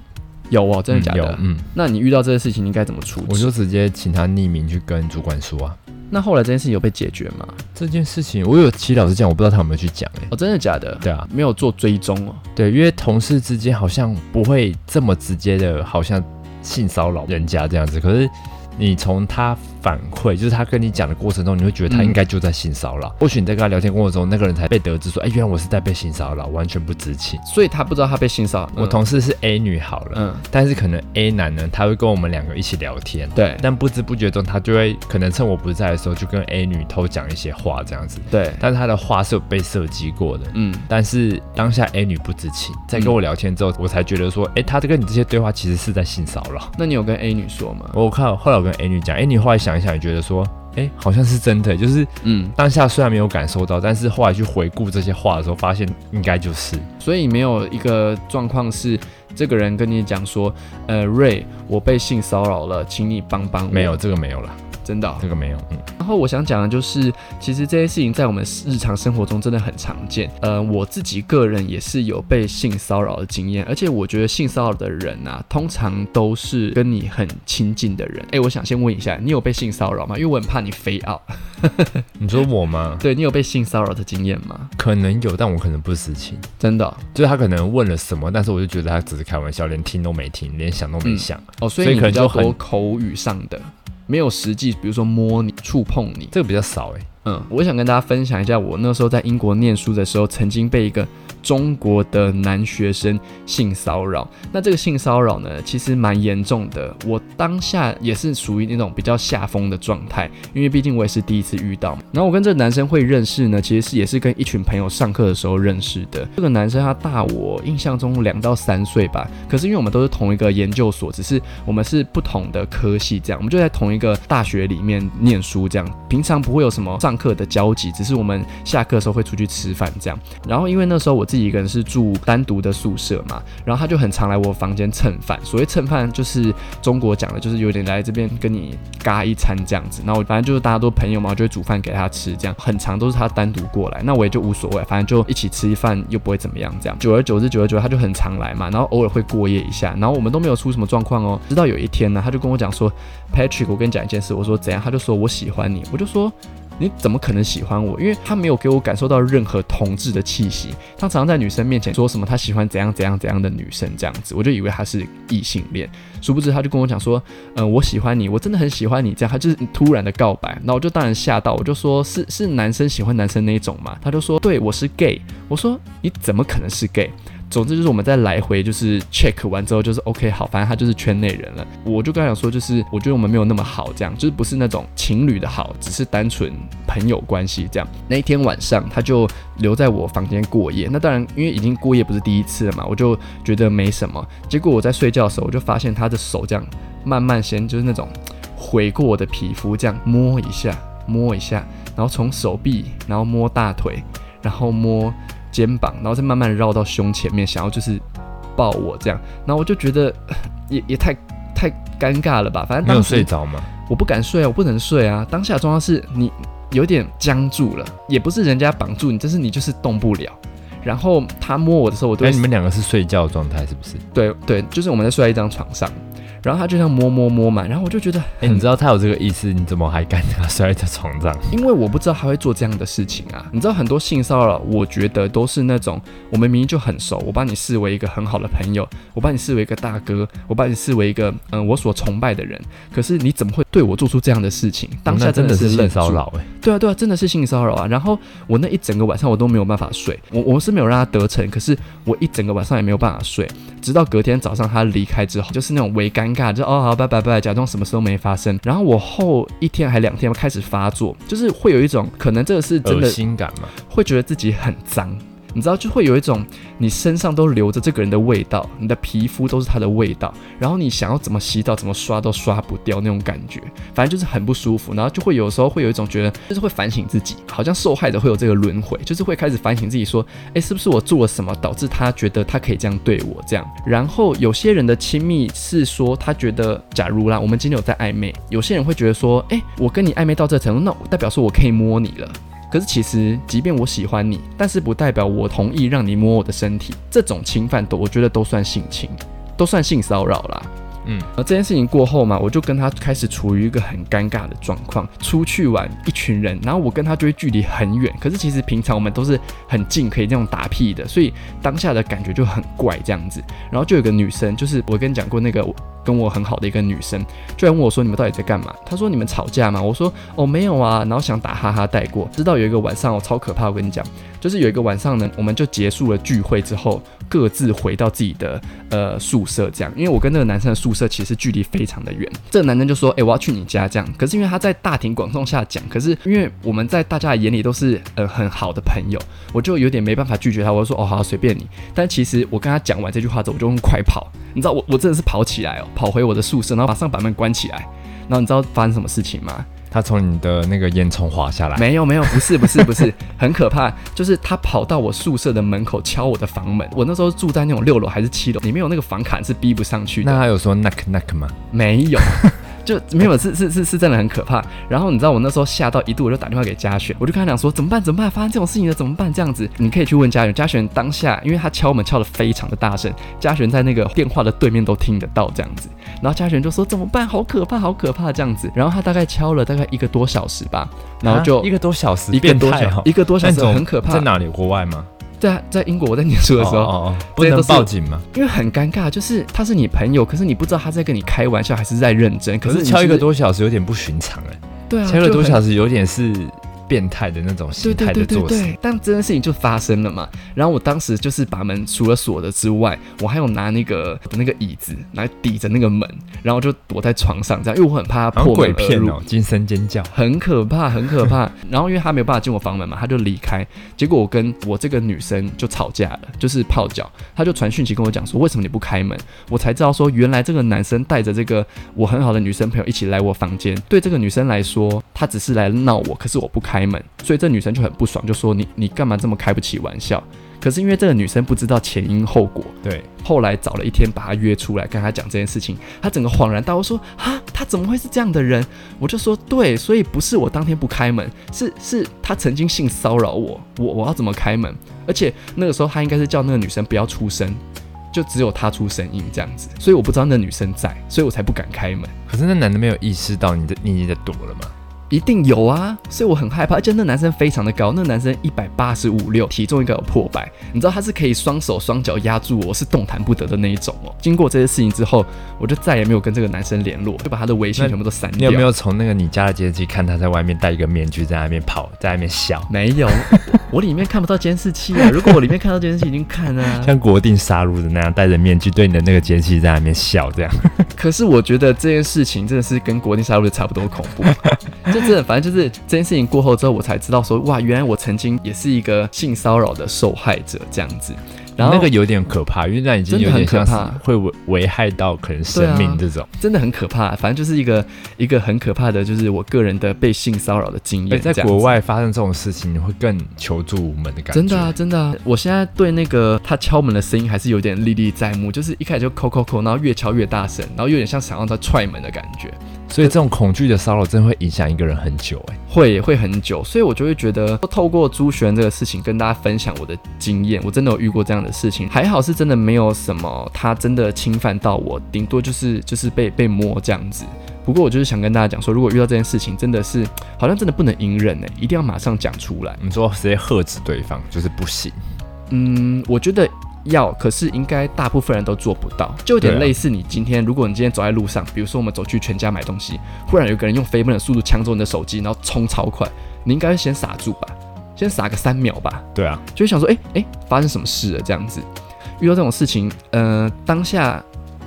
Speaker 1: 有哦，真的假
Speaker 2: 嗯有
Speaker 1: 的？
Speaker 2: 嗯，
Speaker 1: 那你遇到这个事情，你应该怎么处
Speaker 2: 我
Speaker 1: 理？
Speaker 2: 就直接请他匿名去跟主管说啊。
Speaker 1: 那后来这件事情有被解决吗？
Speaker 2: 这件事情，我有其实老实讲，我不知道他有没有去讲哎、
Speaker 1: 哦，真的假的？
Speaker 2: 对啊，
Speaker 1: 没有做追踪哦。
Speaker 2: 对，因为同事之间好像不会这么直接的，好像性骚扰人家这样子。可是你从他反馈，就是他跟你讲的过程中，你会觉得他
Speaker 1: 嗯
Speaker 2: 应该就在性骚扰。或许你在跟他聊天过程中，那个人才被得知说，哎、原来我是在被性骚扰，完全不知情。
Speaker 1: 所以他不知道他被性骚扰。嗯
Speaker 2: 我同事是 A 女好了，
Speaker 1: 嗯，嗯，
Speaker 2: 但是可能 A 男呢，他会跟我们两个一起聊天。
Speaker 1: 对
Speaker 2: 但不知不觉中，他就会可能趁我不在的时候，就跟 A 女偷讲一些话这样子。
Speaker 1: 对，
Speaker 2: 但是他的话是有被设计过的，
Speaker 1: 嗯，
Speaker 2: 但是当下 A 女不知情，在跟我聊天之后，我才觉得说，哎、她跟你这些对话其实是在性骚扰。
Speaker 1: 那你有跟 A 女说吗？
Speaker 2: 我看后来我跟 A 女讲，A 女后来想一想，也觉得说，哎、好像是真的，就是
Speaker 1: 嗯，
Speaker 2: 当下虽然没有感受到，但是嗯后来去回顾这些话的时候，发现应该就是。
Speaker 1: 所以没有一个状况是这个人跟你讲说，呃，Ray，我被性骚扰了，请你帮帮我。
Speaker 2: 没有，这个没有啦，
Speaker 1: 真的哦、
Speaker 2: 这个没有，嗯，
Speaker 1: 然后我想讲的就是，其实这些事情在我们日常生活中真的很常见。呃，我自己个人也是有被性骚扰的经验，而且我觉得性骚扰的人啊，通常都是跟你很亲近的人。诶，我想先问一下，你有被性骚扰吗？因为我很怕你非傲。
Speaker 2: 你说我吗？
Speaker 1: (laughs) 对你有被性骚扰的经验吗？
Speaker 2: 可能有，但我可能不知情。
Speaker 1: 真的哦
Speaker 2: 就是他可能问了什么，但是我就觉得他只是开玩笑，连听都没听，连想都没想。
Speaker 1: 哦，所
Speaker 2: 所
Speaker 1: 以
Speaker 2: 以
Speaker 1: 你
Speaker 2: 可
Speaker 1: 比
Speaker 2: 能
Speaker 1: 较
Speaker 2: 就很
Speaker 1: 多口语上的，没有实际，比如说摸你、触碰你。
Speaker 2: 这个比较少哎、
Speaker 1: 嗯，我想跟大家分享一下，我那时候在英国念书的时候，曾经被一个中国的男学生性骚扰。那这个性骚扰呢，其实蛮严重的。我当下也是属于那种比较下风的状态，因为毕竟我也是第一次遇到嘛。然后我跟这个男生会认识呢，其实是也是跟一群朋友上课的时候认识的。这个男生他大我印象中两到三岁吧，可是因为我们都是同一个研究所，只是我们是不同的科系，这样我们就在同一个大学里面念书，这样平常不会有什么上课的交集，只是我们下课的时候会出去吃饭这样。然后因为那时候我自己一个人是住单独的宿舍嘛，然后他就很常来我房间蹭饭。所谓蹭饭，就是中国讲的，就是有点来这边跟你嘎一餐这样子。然后我反正就是大家都朋友嘛，我就会煮饭给他吃，这样很常都是他单独过来，那我也就无所谓，反正就一起吃一饭又不会怎么样这样。久而久之，久而久之，他就很常来嘛，然后偶尔会过夜一下，然后我们都没有出什么状况哦。直到有一天呢，他就跟我讲说，Patrick，我跟你讲一件事，我说怎样，他就说我喜欢你，我就说。你怎么可能喜欢我？因为他没有给我感受到任何同志的气息。他常常在女生面前说什么他喜欢怎样怎样怎样的女生这样子，我就以为他是异性恋，殊不知他就跟我讲说，嗯，我喜欢你，我真的很喜欢你，这样他就是突然的告白，那我就当然吓到，我就说是是男生喜欢男生那一种嘛，他就说对我是 gay，我说你怎么可能是 gay？总之就是我们在来回就是 check 完之后就是 OK 好，反正他就是圈内人了。我就跟他讲说，就是我觉得我们没有那么好，这样就是不是那种情侣的好，只是单纯朋友关系这样。那一天晚上他就留在我房间过夜。那当然，因为已经过夜不是第一次了嘛，我就觉得没什么。结果我在睡觉的时候，我就发现他的手这样慢慢先就是那种回过我的皮肤，这样摸一下，摸一下，然后从手臂，然后摸大腿，然后摸肩膀，然后再慢慢绕到胸前面，想要就是抱我这样。然后我就觉得呃也也太太尴尬了吧，反正
Speaker 2: 没有
Speaker 1: 当
Speaker 2: 睡
Speaker 1: 时
Speaker 2: 着吗？
Speaker 1: 我不敢睡啊，我不能睡啊。当下的状况是你有点僵住了，也不是人家绑住你，但是你就是动不了。然后他摸我的时候，我都
Speaker 2: 哎、
Speaker 1: 会
Speaker 2: 你们两个是睡觉的状态是不是？
Speaker 1: 对对，就是我们在睡在一张床上，然后他就这样摸摸摸嘛，然后我就觉得
Speaker 2: 哎、你知道他有这个意思，你怎么还敢让他摔在床 (laughs) 上？
Speaker 1: 因为我不知道他会做这样的事情啊。你知道很多性骚扰，我觉得都是那种我们明明就很熟，我把你视为一个很好的朋友，我把你视为一个大哥，我把你视为一个嗯我所崇拜的人，可是你怎么会对我做出这样的事情？当下
Speaker 2: 那真的
Speaker 1: 是
Speaker 2: 是
Speaker 1: 愣
Speaker 2: 性
Speaker 1: 住
Speaker 2: 骚扰哎，
Speaker 1: 对啊，对啊，真的是性骚扰啊！然后我那一整个晚上我都没有办法睡，我我是没有让他得逞，可是我一整个晚上也没有办法睡，直到隔天早上他离开之后，就是那种微尴尬，就哦好拜拜拜，假装什么事都没发生。然后我后一天还两天开始发作，就是会有一种可能这个是真
Speaker 2: 恶
Speaker 1: 的
Speaker 2: 心感嘛？
Speaker 1: 会觉得自己很脏，你知道，就会有一种你身上都留着这个人的味道，你的皮肤都是他的味道，然后你想要怎么洗澡、怎么刷都刷不掉那种感觉，反正就是很不舒服。然后就会有时候会有一种觉得，就是会反省自己，好像受害者会有这个轮回，就是会开始反省自己说，诶，是不是我做了什么导致他觉得他可以这样对我这样？然后有些人的亲密是说他觉得，假如啦，我们今天有在暧昧，有些人会觉得说，诶，我跟你暧昧到这程度，那代表说我可以摸你了。可是其实，即便我喜欢你，但是不代表我同意让你摸我的身体，这种侵犯都我觉得都算性侵，都算性骚扰啦。
Speaker 2: 嗯，
Speaker 1: 而这件事情过后嘛，我就跟他开始处于一个很尴尬的状况。出去玩一群人，然后我跟他就会距离很远，可是其实平常我们都是很近，可以这种打屁的，所以当下的感觉就很怪这样子。然后就有个女生，就是我跟你讲过那个跟我很好的一个女生，就来问我说你们到底在干嘛？她说你们吵架吗？我说哦没有啊，然后想打哈哈带过。直到有一个晚上，我、超可怕，我跟你讲，就是有一个晚上呢，我们就结束了聚会之后，各自回到自己的呃宿舍这样，因为我跟那个男生的宿舍其实距离非常的远。这个男生就说：“诶，我要去你家这样。”可是因为他在大庭广众下讲，可是因为我们在大家的眼里都是呃很好的朋友，我就有点没办法拒绝他。我就说：“哦，好，随便你。”但其实我跟他讲完这句话之后，我就用快跑，你知道我我真的是跑起来哦，跑回我的宿舍，然后马上把门关起来。然后你知道发生什么事情吗？
Speaker 2: 他从你的那个烟囱滑下来，
Speaker 1: 没有没有，不是不是不是，很可怕，就是他跑到我宿舍的门口敲我的房门。我那时候住在那种六楼还是七楼，里面有那个房卡是逼不上去的。
Speaker 2: 那他有说 knock knock 吗？
Speaker 1: 没有， (laughs) 就没有，是是是是真的很可怕。然后你知道我那时候吓到一度，我就打电话给嘉璇，我就跟他讲说怎么办怎么办，发生这种事情了怎么办？这样子你可以去问嘉璇。嘉璇当下因为他敲门敲得非常的大声，嘉璇在那个电话的对面都听得到这样子。然后嘉璇就说怎么办？好可怕，好可怕这样子。然后他大概敲了大概一个多小时吧，然后就
Speaker 2: 啊一个多小时，
Speaker 1: 一个多小
Speaker 2: 变态哦
Speaker 1: 一个多小时
Speaker 2: 那你
Speaker 1: 很可怕
Speaker 2: 在哪里？国外吗？
Speaker 1: 对啊，在英国我在念书的时候，
Speaker 2: 哦哦哦不
Speaker 1: 这些
Speaker 2: 能
Speaker 1: 都是
Speaker 2: 报警吗？
Speaker 1: 因为很尴尬，就是他是你朋友，可是你不知道他在跟你开玩笑还是在认真。
Speaker 2: 可
Speaker 1: 是
Speaker 2: 是
Speaker 1: 你
Speaker 2: 敲一个多小时有点不寻常哎、
Speaker 1: 对啊，
Speaker 2: 敲一个
Speaker 1: 就
Speaker 2: 多
Speaker 1: 很
Speaker 2: 小时有点是变态的那种
Speaker 1: 对
Speaker 2: 心
Speaker 1: 对
Speaker 2: 态
Speaker 1: 对
Speaker 2: 的
Speaker 1: 对
Speaker 2: 做事。
Speaker 1: 对，但这件事情就发生了嘛。然后我当时就是把门除了锁的之外，我还有拿那个我的那个椅子来抵着那个门，然后就躲在床上这样，因为我很怕他
Speaker 2: 好像
Speaker 1: 破
Speaker 2: 鬼
Speaker 1: 门而
Speaker 2: 片
Speaker 1: 入。
Speaker 2: 哦，惊声尖叫，
Speaker 1: 很可怕，很可怕。然后因为他没有办法进我房门嘛，他就离开。结果我跟我这个女生就吵架了，就是泡脚。他就传讯息跟我讲说，为什么你不开门？我才知道说，原来这个男生带着这个我很好的女生朋友一起来我房间。对这个女生来说，她只是来闹我，可是我不开门，所以这女生就很不爽，就说你你干嘛这么开不起玩笑？可是因为这个女生不知道前因后果，
Speaker 2: 对，
Speaker 1: 后来找了一天把他约出来，跟他讲这件事情，他整个恍然大悟说：“啊，他怎么会是这样的人？”我就说：“对，所以不是我当天不开门，是是他曾经性骚扰我，我我要怎么开门？而且那个时候他应该是叫那个女生不要出声，就只有他出声音这样子，所以我不知道那女生在，所以我才不敢开门。”
Speaker 2: 可是那男的没有意识到你的你你的躲了吗？
Speaker 1: 一定有啊，所以我很害怕。而且那男生非常的高，那男生一百八十五六，体重应该有破百。你知道他是可以双手双脚压住我，是动弹不得的那一种哦。经过这些事情之后，我就再也没有跟这个男生联络，就把他的微信
Speaker 2: 那
Speaker 1: 全部都删
Speaker 2: 你
Speaker 1: 掉。
Speaker 2: 有没？有从那个你家的监视器看他在外面戴一个面具在那边跑，在那边笑，
Speaker 1: 没有， (laughs) 我里面看不到监视器啊。如果我里面看到监视器，已经看了、
Speaker 2: (laughs)
Speaker 1: 啊。
Speaker 2: (laughs) 像国定杀戮的那样戴着面具对你的那个监视器在那边笑 (laughs) 这样？
Speaker 1: 可是我觉得这件事情真的是跟国定杀戮的差不多恐怖，就真的反正就是这件事情过后之后，我才知道说哇，原来我曾经也是一个性骚扰的受害者这样子。然后
Speaker 2: 那个有点可怕，因为那已经
Speaker 1: 真
Speaker 2: 有
Speaker 1: 的很
Speaker 2: 点像
Speaker 1: 可
Speaker 2: 是
Speaker 1: 怕
Speaker 2: 会危危害到可能
Speaker 1: 对
Speaker 2: 生
Speaker 1: 啊
Speaker 2: 命这种。
Speaker 1: 真的很可怕，反正就是一个一个很可怕的，就是我个人的被性骚扰的经
Speaker 2: 而
Speaker 1: 验。
Speaker 2: 哎啊在
Speaker 1: 这样子
Speaker 2: 国外发生这种事情，你会更求助无门的感觉。
Speaker 1: 真的啊，，真的啊！我现在对那个他敲门的声音还是有点历历在目，就是一开始就扣扣扣，然后越敲越大声，然后有点像想让他踹门的感觉，
Speaker 2: 所以这种恐惧的骚扰真的会影响一个人很久、哎，
Speaker 1: 会会很久，所以我就会觉得透过朱璇这个事情跟大家分享我的经验，我真的有遇过这样的事情，还好是真的没有什么他真的侵犯到我，顶多就是就是被被摸这样子。不过我就是想跟大家讲说，如果遇到这件事情，真的是好像真的不能隐忍呢，欸一定要马上讲出来。
Speaker 2: 你说直接喝止对方就是不行。
Speaker 1: 嗯，我觉得要，可是应该大部分人都做不到，就有点
Speaker 2: 对啊
Speaker 1: 类似你今天，如果你今天走在路上，比如说我们走去全家买东西，忽然有个人用飞奔的速度抢走你的手机，然后冲超快，你应该先傻住吧，先傻个三秒吧，
Speaker 2: 对啊，
Speaker 1: 就会想说，哎、哎、发生什么事了这样子。遇到这种事情，呃，当下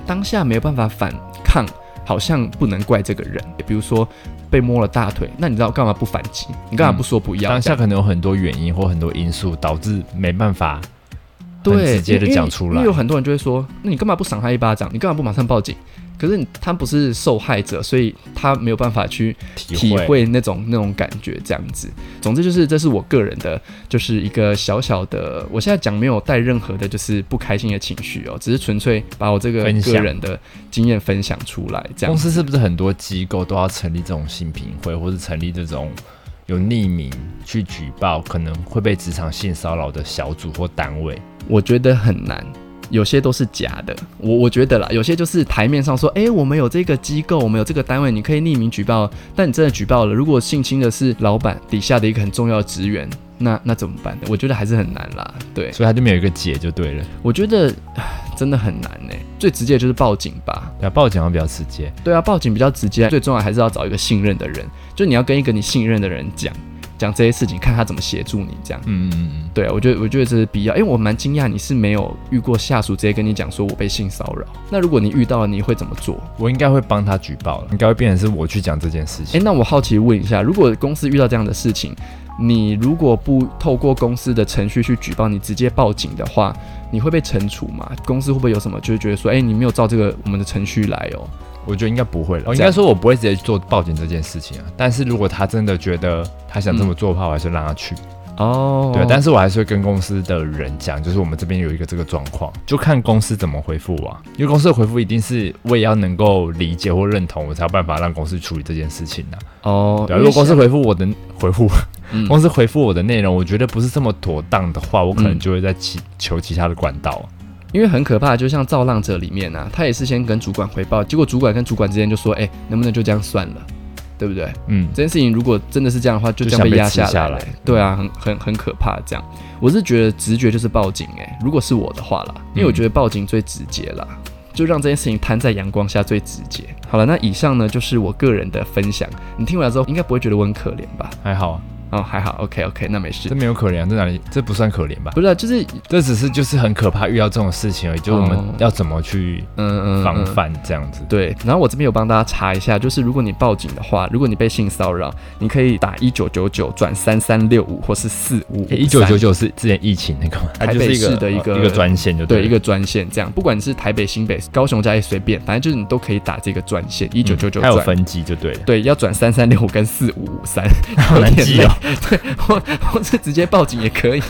Speaker 1: 当下没有办法反抗，好像不能怪这个人，比如说。被摸了大腿，那你知道干嘛不反击？你干嘛不说不要？
Speaker 2: 嗯当
Speaker 1: 这样
Speaker 2: 下可能有很多原因或很多因素导致没办法很
Speaker 1: 对，
Speaker 2: 直接地
Speaker 1: 因为
Speaker 2: 讲出来
Speaker 1: 因为有很多人就会说，那你干嘛不赏他一巴掌？你干嘛不马上报警？可是你他不是受害者，所以他没有办法去
Speaker 2: 体
Speaker 1: 体会那种那种感觉，这样子。总之就是，这是我个人的，就是一个小小的，我现在讲没有带任何的，就是不开心的情绪哦，只是纯粹把我这个
Speaker 2: 分享
Speaker 1: 个人的经验分享出来，这样
Speaker 2: 公
Speaker 1: 子。
Speaker 2: 司是不是很多机构都要成立这种性评会，或是成立这种有匿名去举报可能会被职场性骚扰的小组或单位？
Speaker 1: 我觉得很难。有些都是假的，我我觉得啦，有些就是台面上说，诶，我们有这个机构，我们有这个单位，你可以匿名举报，但你真的举报了，如果性侵的是老板底下的一个很重要的职员，那那怎么办？我觉得还是很难啦。对，
Speaker 2: 所以他就没有一个解就对了。
Speaker 1: 我觉得唉真的很难呢、最直接的就是报警吧，
Speaker 2: 对啊，报警好像比较直接。
Speaker 1: 对啊，报警比较直接，最重要还是要找一个信任的人，就你要跟一个你信任的人讲讲这些事情，看他怎么协助你这样。
Speaker 2: 嗯嗯嗯
Speaker 1: 对，啊我觉得我觉得这是必要，因为我蛮惊讶你是没有遇过下属直接跟你讲说我被性骚扰。那如果你遇到了，你会怎么做？
Speaker 2: 嗯，我应该会帮他举报了，应该会变成是我去讲这件事
Speaker 1: 诶，
Speaker 2: 情。
Speaker 1: 那我好奇问一下，如果公司遇到这样的事情，你如果不透过公司的程序去举报，你直接报警的话，你会被惩处吗？公司会不会有什么就是觉得说，诶，你没有照这个我们的程序来哦？
Speaker 2: 我觉得应该不会了。
Speaker 1: 这样
Speaker 2: 哎应该说我不会直接做报警这件嗯事情啊。但是如果他真的觉得他想这么做的话，我还是让他去。
Speaker 1: 哦，
Speaker 2: 对，啊但是我还是会跟公司的人讲，就是我们这边有一个这个状况，就看公司怎么回复我、啊。因为公司的回复一定是我也要能够理解或认同，我才有办法让公司处理这件事情啊。
Speaker 1: 哦，
Speaker 2: 对啊，如果公司回复我的回复，
Speaker 1: 嗯
Speaker 2: 公司回复我的内容，我觉得不是这么妥当的话，我可能
Speaker 1: 嗯
Speaker 2: 就会在其求其他的管道啊。
Speaker 1: 因为很可怕，就像《造浪者》里面啊，他也是先跟主管汇报，结果主管跟主管之间就说：“哎、能不能就这样算了？”对不对？
Speaker 2: 嗯，
Speaker 1: 这件事情如果真的是这样的话，就这样被压下来
Speaker 2: 就想
Speaker 1: 了
Speaker 2: 被吃下来
Speaker 1: 对啊，很很很可怕。这样，我是觉得直觉就是报警、哎，如果是我的话
Speaker 2: 嗯
Speaker 1: 啦，因为我觉得报警最直接啦，就让这件事情摊在阳光下最直接。好了，那以上呢就是我个人的分享，你听完之后应该不会觉得我很可怜吧？
Speaker 2: 还好啊，
Speaker 1: 哦，还好，OK OK，那没事
Speaker 2: 这。没有可怜啊，这哪里这不算可怜吧？
Speaker 1: 不是、啊，就是
Speaker 2: 这只是就是很可怕遇到这种事情而已，就我们
Speaker 1: 哦
Speaker 2: 要怎么去
Speaker 1: 嗯嗯，
Speaker 2: 防
Speaker 1: 嗯
Speaker 2: 范这样子。
Speaker 1: 对，然后我这边有帮大家查一下，就是如果你报警的话，如果你被性骚扰，你可以打一九九九转三三六五或是四五
Speaker 2: 哎一九九。九是之前疫情那个吗？它
Speaker 1: 台
Speaker 2: 就
Speaker 1: 北
Speaker 2: 是一
Speaker 1: 市
Speaker 2: 个
Speaker 1: 的一个
Speaker 2: 一个专线就
Speaker 1: 对
Speaker 2: 了嗯
Speaker 1: 一个专线这样，不管你是台北、新北、高雄加一随便，反正就是你都可以打这个专线一九九九
Speaker 2: 它嗯有
Speaker 1: 转。
Speaker 2: 分级就
Speaker 1: (laughs)
Speaker 2: 对了。
Speaker 1: 对，要转三三六五跟四五五三， (laughs)
Speaker 2: 好难
Speaker 1: 有点
Speaker 2: 记
Speaker 1: 累。
Speaker 2: 哦
Speaker 1: 对，或或是直接报警也可以。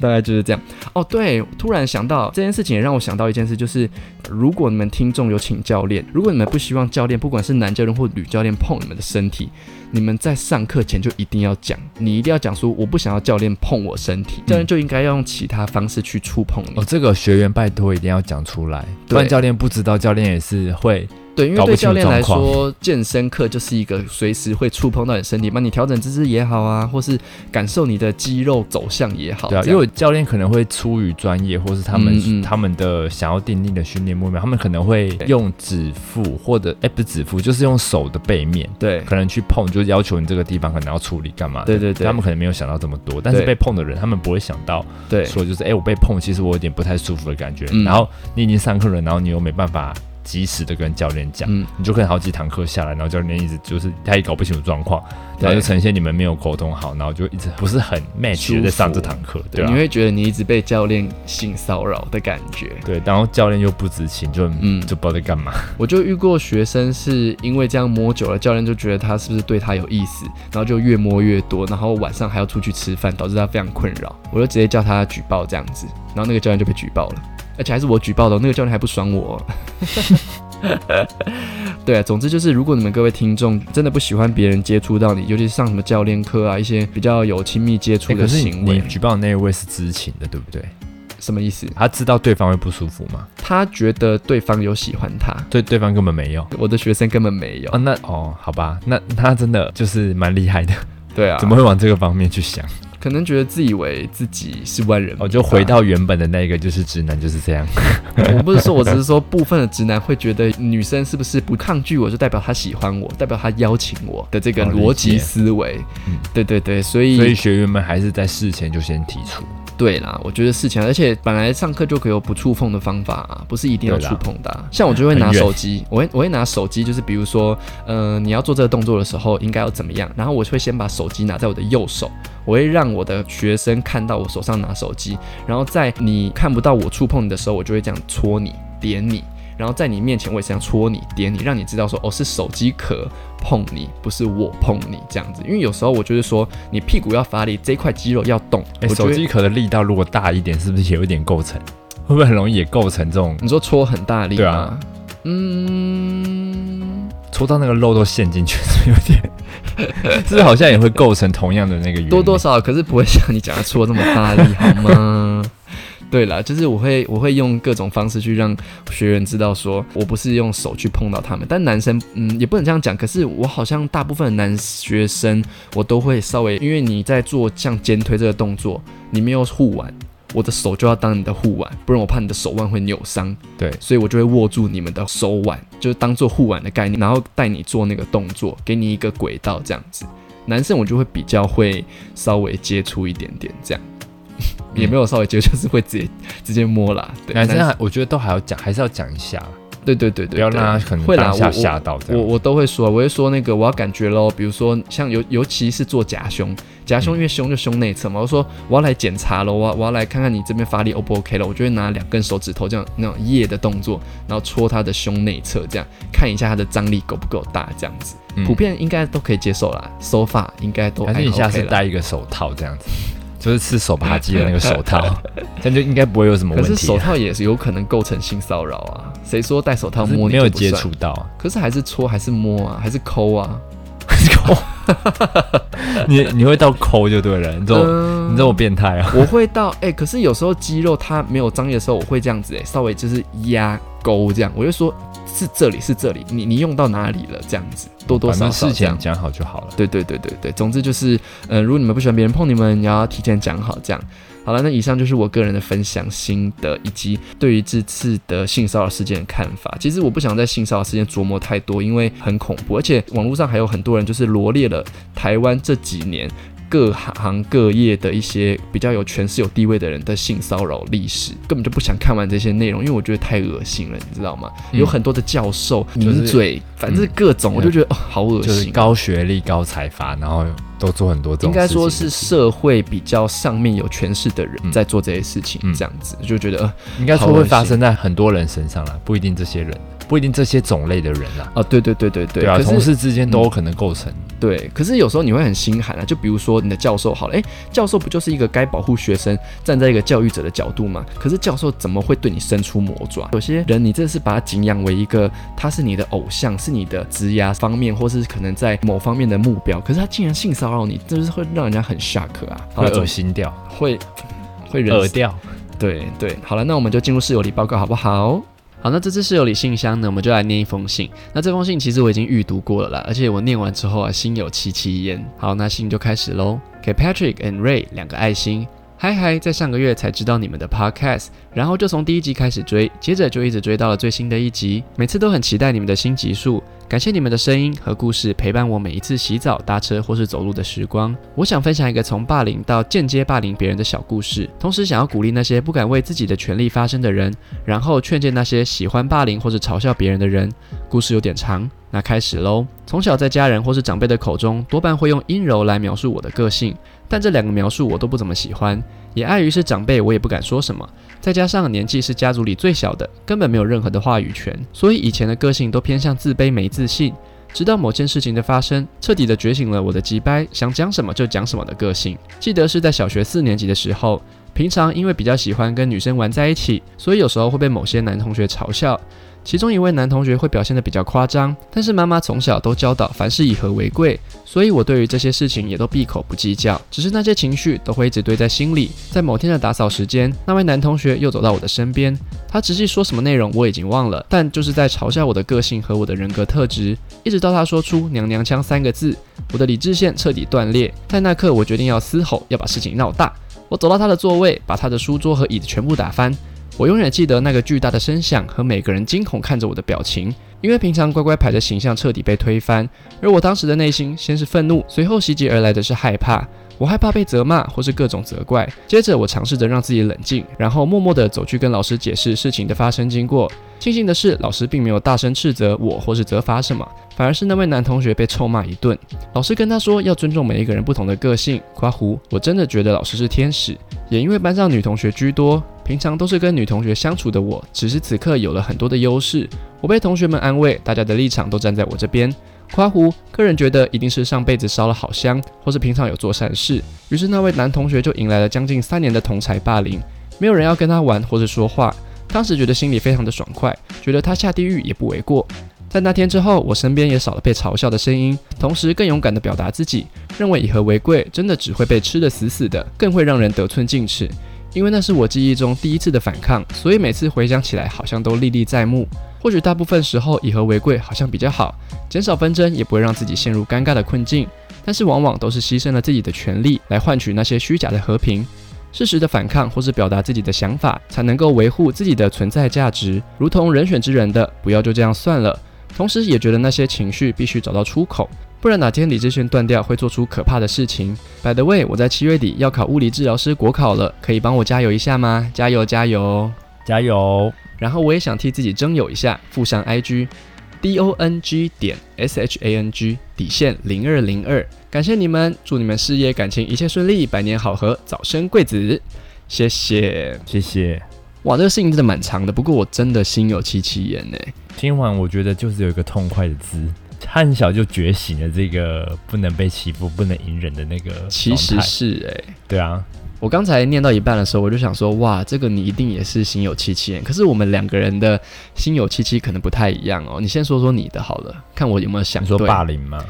Speaker 1: 大概就是这样。哦，对，突然想到这件事情，也让我想到一件事，就是如果你们听众有请教练，如果你们不希望教练，不管是男教练或女教练碰你们的身体，你们在上课前就一定要讲，你一定要讲说我不想要教练碰我身体，教练就应该要用其他方式去触碰你。
Speaker 2: 哦，这个学员拜托一定要讲出来，不然
Speaker 1: 对
Speaker 2: 教练不知道，教练也是会
Speaker 1: 对，因为
Speaker 2: 搞不
Speaker 1: 对
Speaker 2: 清
Speaker 1: 教
Speaker 2: 楚
Speaker 1: 练来
Speaker 2: 状况
Speaker 1: 说，健身课就是一个随时会触碰到你身体，帮你调整姿势也好啊，或是感受你的肌肉走向也好。
Speaker 2: 对啊，
Speaker 1: 这
Speaker 2: 因
Speaker 1: 样
Speaker 2: 为教练可能会出于专业，或是他们、
Speaker 1: 嗯嗯
Speaker 2: 他们的想要定定的训练目标，他们可能会用指腹或者哎、不是指腹，就是用手的背面，
Speaker 1: 对
Speaker 2: 可能去碰，就是要求你这个地方可能要处理干嘛的
Speaker 1: 对对对
Speaker 2: 他们可能没有想到这么多，但是
Speaker 1: 对
Speaker 2: 被碰的人，他们不会想到
Speaker 1: 对
Speaker 2: 说就是哎、我被碰，其实我有点不太舒服的感觉。
Speaker 1: 嗯
Speaker 2: 然后你已经上课了，然后你又没办法及时的跟教练讲，
Speaker 1: 嗯
Speaker 2: 你就可能好几堂课下来，然后教练一直就是他也搞不清楚状况，
Speaker 1: 对
Speaker 2: 然后就呈现你们没有沟通好，然后就一直不是很 match
Speaker 1: 舒
Speaker 2: 的
Speaker 1: 服
Speaker 2: 在上这堂课，对
Speaker 1: 对，
Speaker 2: 啊吧、
Speaker 1: 你会觉得你一直被教练性骚扰的感觉。
Speaker 2: 对，然后教练又不知情，就
Speaker 1: 嗯
Speaker 2: 嗯就不知道在干嘛。
Speaker 1: 我就遇过学生是因为这样摸久了，教练就觉得他是不是对他有意思，然后就越摸越多，然后晚上还要出去吃饭，导致他非常困扰。我就直接叫他举报这样子，然后那个教练就被举报了，而且还是我举报的哦，那个教练还不爽我 (laughs) 哦。对、啊，总之就是，如果你们各位听众真的不喜欢别人接触到你，尤其是上什么教练课啊，一些比较有亲密接触
Speaker 2: 哎可
Speaker 1: 的
Speaker 2: 是你
Speaker 1: 行为，
Speaker 2: 你举报的那一位是知情的，对不对？
Speaker 1: 什么意思？
Speaker 2: 他知道对方会不舒服吗？
Speaker 1: 他觉得对方有喜欢他，
Speaker 2: 对，对方根本没有。
Speaker 1: 我的学生根本没有
Speaker 2: 哦，。那哦，好吧，那他真的就是蛮厉害的，
Speaker 1: 对啊，
Speaker 2: 怎么会往这个方面去想？
Speaker 1: 可能觉得自以为自己是万人迷吧。
Speaker 2: 哦我就回到原本的那个，就是直男就是这样。
Speaker 1: 我不是说，我只是说部分的直男会觉得女生是不是不抗拒我，就代表她喜欢我，代表她邀请我的这个
Speaker 2: 哦理解
Speaker 1: 逻辑思维。
Speaker 2: 嗯
Speaker 1: 对对对，所以
Speaker 2: 所以学员们还是在事前就先提出，
Speaker 1: 对啦，我觉得事情，啊而且本来上课就可以有不触碰的方法、啊，不是一定要
Speaker 2: 对啦
Speaker 1: 触碰的啊、像我就会拿
Speaker 2: 很远
Speaker 1: 手机，我会我会拿手机，就是比如说，呃，你要做这个动作的时候应该要怎么样，然后我会先把手机拿在我的右手，我会让我的学生看到我手上拿手机，然后在你看不到我触碰你的时候，我就会这样戳你、点你。然后在你面前，我也是这样戳你、点你，让你知道说，哦，是手机壳碰你，不是我碰你这样子。因为有时候我就是说，你屁股要发力，这块肌肉要动。我
Speaker 2: 哎、
Speaker 1: 就
Speaker 2: 手
Speaker 1: 会
Speaker 2: 机壳的力道如果大一点，是不是也有点构成？会不会很容易也构成这种
Speaker 1: 你说戳很大力吗？
Speaker 2: 对啊
Speaker 1: 嗯，
Speaker 2: 戳到那个肉都陷进去， (laughs) 是不是有点，是不是好像也会构成同样的那个原理
Speaker 1: 多多少少，可是不会像你讲的戳那么大力，好
Speaker 2: (laughs)
Speaker 1: 吗？对啦，就是我会我会用各种方式去让学员知道说，我不是用手去碰到他们，但男生嗯也不能这样讲。可是我好像大部分的男学生，我都会稍微，因为你在做像肩推这个动作，你没有护腕，我的手就要当你的护腕，不然我怕你的手腕会扭伤。
Speaker 2: 对
Speaker 1: 所以我就会握住你们的手腕，就是当做护腕的概念，然后带你做那个动作，给你一个轨道这样子。男生我就会比较会稍微接触一点点这样。也没有稍微接触，就是会直接直接摸啦。对，
Speaker 2: 嗯男生
Speaker 1: 但
Speaker 2: 还
Speaker 1: 是
Speaker 2: 我觉得都还要讲，还是要讲一下啦，
Speaker 1: 对对对对，
Speaker 2: 不要
Speaker 1: 对
Speaker 2: 让他可能
Speaker 1: 会啦
Speaker 2: 当下
Speaker 1: 我
Speaker 2: 吓到这
Speaker 1: 我
Speaker 2: 样。
Speaker 1: 我都会说，我会说那个我要感觉咯，比如说像尤尤其是做夹胸，夹
Speaker 2: 嗯
Speaker 1: 胸因为胸就胸内侧嘛，我说我要来检查咯，我要我要来看看你这边发力 O 不 OK 了，我就会拿两根手指头这样那种耶的动作，然后戳他的胸内侧，这样看一下他的张力够不够大，这样子，
Speaker 2: 嗯
Speaker 1: 普遍应该都可以接受啦，手法应该都还
Speaker 2: 还是你下次
Speaker 1: OK 啦。
Speaker 2: 戴一个手套这样子，就是吃手扒鸡的那个
Speaker 1: (laughs)
Speaker 2: 手套，这样就应该不会有什么
Speaker 1: 可
Speaker 2: 问
Speaker 1: 是
Speaker 2: 题
Speaker 1: 手
Speaker 2: 啊。
Speaker 1: 套也是有可能构成性骚扰啊！谁说戴手套
Speaker 2: 可是
Speaker 1: 摸你
Speaker 2: 没有
Speaker 1: 就不
Speaker 2: 接
Speaker 1: 算
Speaker 2: 触？到啊，
Speaker 1: 可是还是戳，还是摸啊，还是抠啊？
Speaker 2: (laughs) 你你会到抠就对了，你这种
Speaker 1: 嗯
Speaker 2: 你这种变态啊！
Speaker 1: (laughs) 我会到哎、欸可是有时候肌肉它没有张力的时候，我会这样子哎、欸稍微就是压勾这样，我就说是这里是这里，你你用到哪里了这样子，多多
Speaker 2: 反
Speaker 1: 少
Speaker 2: 正
Speaker 1: 少
Speaker 2: 事
Speaker 1: 这样
Speaker 2: 前。讲好就好了。
Speaker 1: 对对对对对，总之就是，嗯、如果你们不喜欢别人碰你们，也要提前讲好这样。好了，那以上就是我个人的分享心得，以及对于这次的性骚扰事件的看法。其实我不想在性骚扰事件琢磨太多，因为很恐怖，而且网络上还有很多人就是罗列了台湾这几年各行各业的一些比较有权势、有地位的人的性骚扰历史，根本就不想看完这些内容，因为我觉得太恶心了，你知道吗？
Speaker 2: 嗯
Speaker 1: 有很多的教授、
Speaker 2: 就是嗯
Speaker 1: 名嘴，反正各种，我就觉得、哦，好恶心。
Speaker 2: 就是高学历、高财阀，然后都做很多这种
Speaker 1: 应该
Speaker 2: 事情。
Speaker 1: 说是社会比较上面有权势的人
Speaker 2: 嗯
Speaker 1: 在做这些事情，
Speaker 2: 嗯
Speaker 1: 这样子就觉得呃
Speaker 2: 应该说会发生在很多人身上啦，不一定这些人，不一定这些种类的人啦。
Speaker 1: 啊，对对对对对，
Speaker 2: 对嗯啊，
Speaker 1: 可
Speaker 2: 同
Speaker 1: 是
Speaker 2: 事之间都有可能构成。
Speaker 1: 对，可是有时候你会很心寒啊，就比如说你的教授好了，诶，教授不就是一个该保护学生、站在一个教育者的角度吗？可是教授怎么会对你伸出魔爪？有些人你真的是把他敬仰为一个，他是你的偶像，是你的职涯方面，或是可能在某方面的目标，可是他竟然性骚扰你，这就是会让人家很 shock 啊，好
Speaker 2: 会
Speaker 1: 了
Speaker 2: 恶心掉，
Speaker 1: 会会人
Speaker 2: 恶掉。
Speaker 1: 对对，好了，那我们就进入室友里报告好不好？好，那这次室友里信箱呢，我们就来念一封信。那这封信其实我已经预读过了啦，而且我念完之后啊，心有戚戚焉。好，那信就开始喽，给 Patrick and Ray 两个爱心。嗨嗨，在上个月才知道你们的 podcast，然后就从第一集开始追，接着就一直追到了最新的一集，每次都很期待你们的新集数。感谢你们的声音和故事陪伴我每一次洗澡、搭车或是走路的时光。我想分享一个从霸凌到间接霸凌别人的小故事，同时想要鼓励那些不敢为自己的权利发声的人，然后劝诫那些喜欢霸凌或是嘲笑别人的人。故事有点长，那开始喽。从小在家人或是长辈的口中，多半会用阴柔来描述我的个性，但这两个描述我都不怎么喜欢，也碍于是长辈，我也不敢说什么。再加上年纪是家族里最小的，根本没有任何的话语权，所以以前的个性都偏向自卑、没自信。直到某件事情的发生，彻底的觉醒了我的急掰，想讲什么就讲什么的个性。记得是在小学四年级的时候，平常因为比较喜欢跟女生玩在一起，所以有时候会被某些男同学嘲笑。其中一位男同学会表现得比较夸张，但是妈妈从小都教导凡事以和为贵，所以我对于这些事情也都闭口不计较，只是那些情绪都会一直堆在心里。在某天的打扫时间，那位男同学又走到我的身边，他直接说什么内容我已经忘了，但就是在嘲笑我的个性和我的人格特质。一直到他说出“娘娘腔”三个字，我的理智线彻底断裂。在那刻，我决定要嘶吼，要把事情闹大。我走到他的座位，把他的书桌和椅子全部打翻。我永远记得那个巨大的声响和每个人惊恐看着我的表情，因为平常乖乖牌的形象彻底被推翻。而我当时的内心先是愤怒，随后袭击而来的是害怕。我害怕被责骂或是各种责怪。接着，我尝试着让自己冷静，然后默默地走去跟老师解释事情的发生经过。庆幸的是，老师并没有大声斥责我或是责罚什么，反而是那位男同学被臭骂一顿。老师跟他说要尊重每一个人不同的个性。夸胡，我真的觉得老师是天使，也因为班上女同学居多，平常都是跟女同学相处的我，此时此刻有了很多的优势。我被同学们安慰，大家的立场都站在我这边。夸胡，个人觉得一定是上辈子烧了好香，或是平常有做善事。于是那位男同学就迎来了将近三年的同才霸凌，没有人要跟他玩或是说话。当时觉得心里非常的爽快，觉得他下地狱也不为过。在那天之后，我身边也少了被嘲笑的声音，同时更勇敢地表达自己，认为以和为贵真的只会被吃得死死的，更会让人得寸进尺。因为那是我记忆中第一次的反抗，所以每次回想起来好像都历历在目。或许大部分时候以和为贵好像比较好，减少纷争也不会让自己陷入尴尬的困境，但是往往都是牺牲了自己的权利来换取那些虚假的和平。适时的反抗或是表达自己的想法，才能够维护自己的存在价值。如同人选之人的，不要就这样算了。同时也觉得那些情绪必须找到出口，不然哪天理智线断掉，会做出可怕的事情。By the way，我在七月底要考物理治疗师国考了，可以帮我加油一下吗？加油加油！
Speaker 2: 加油！
Speaker 1: 然后我也想替自己征友一下，附上 IG D O N G 点 S H A N G 底线零二零二。感谢你们，祝你们事业感情一切顺利，百年好合，早生贵子。谢谢。
Speaker 2: 谢谢。
Speaker 1: 哇，这个事情真的蛮长的，不过我真的心有戚戚焉欸呢。
Speaker 2: 听完我觉得就是有一个痛快的字，很小就觉醒了这个不能被欺负、不能隐忍的那个状态。
Speaker 1: 其实是欸诶，
Speaker 2: 对啊，
Speaker 1: 我刚才念到一半的时候，我就想说，哇，这个你一定也是心有戚戚焉。可是我们两个人的心有戚戚可能不太一样哦。你先说说你的好了，看我有没有想
Speaker 2: 你说
Speaker 1: 对。
Speaker 2: 霸凌吗？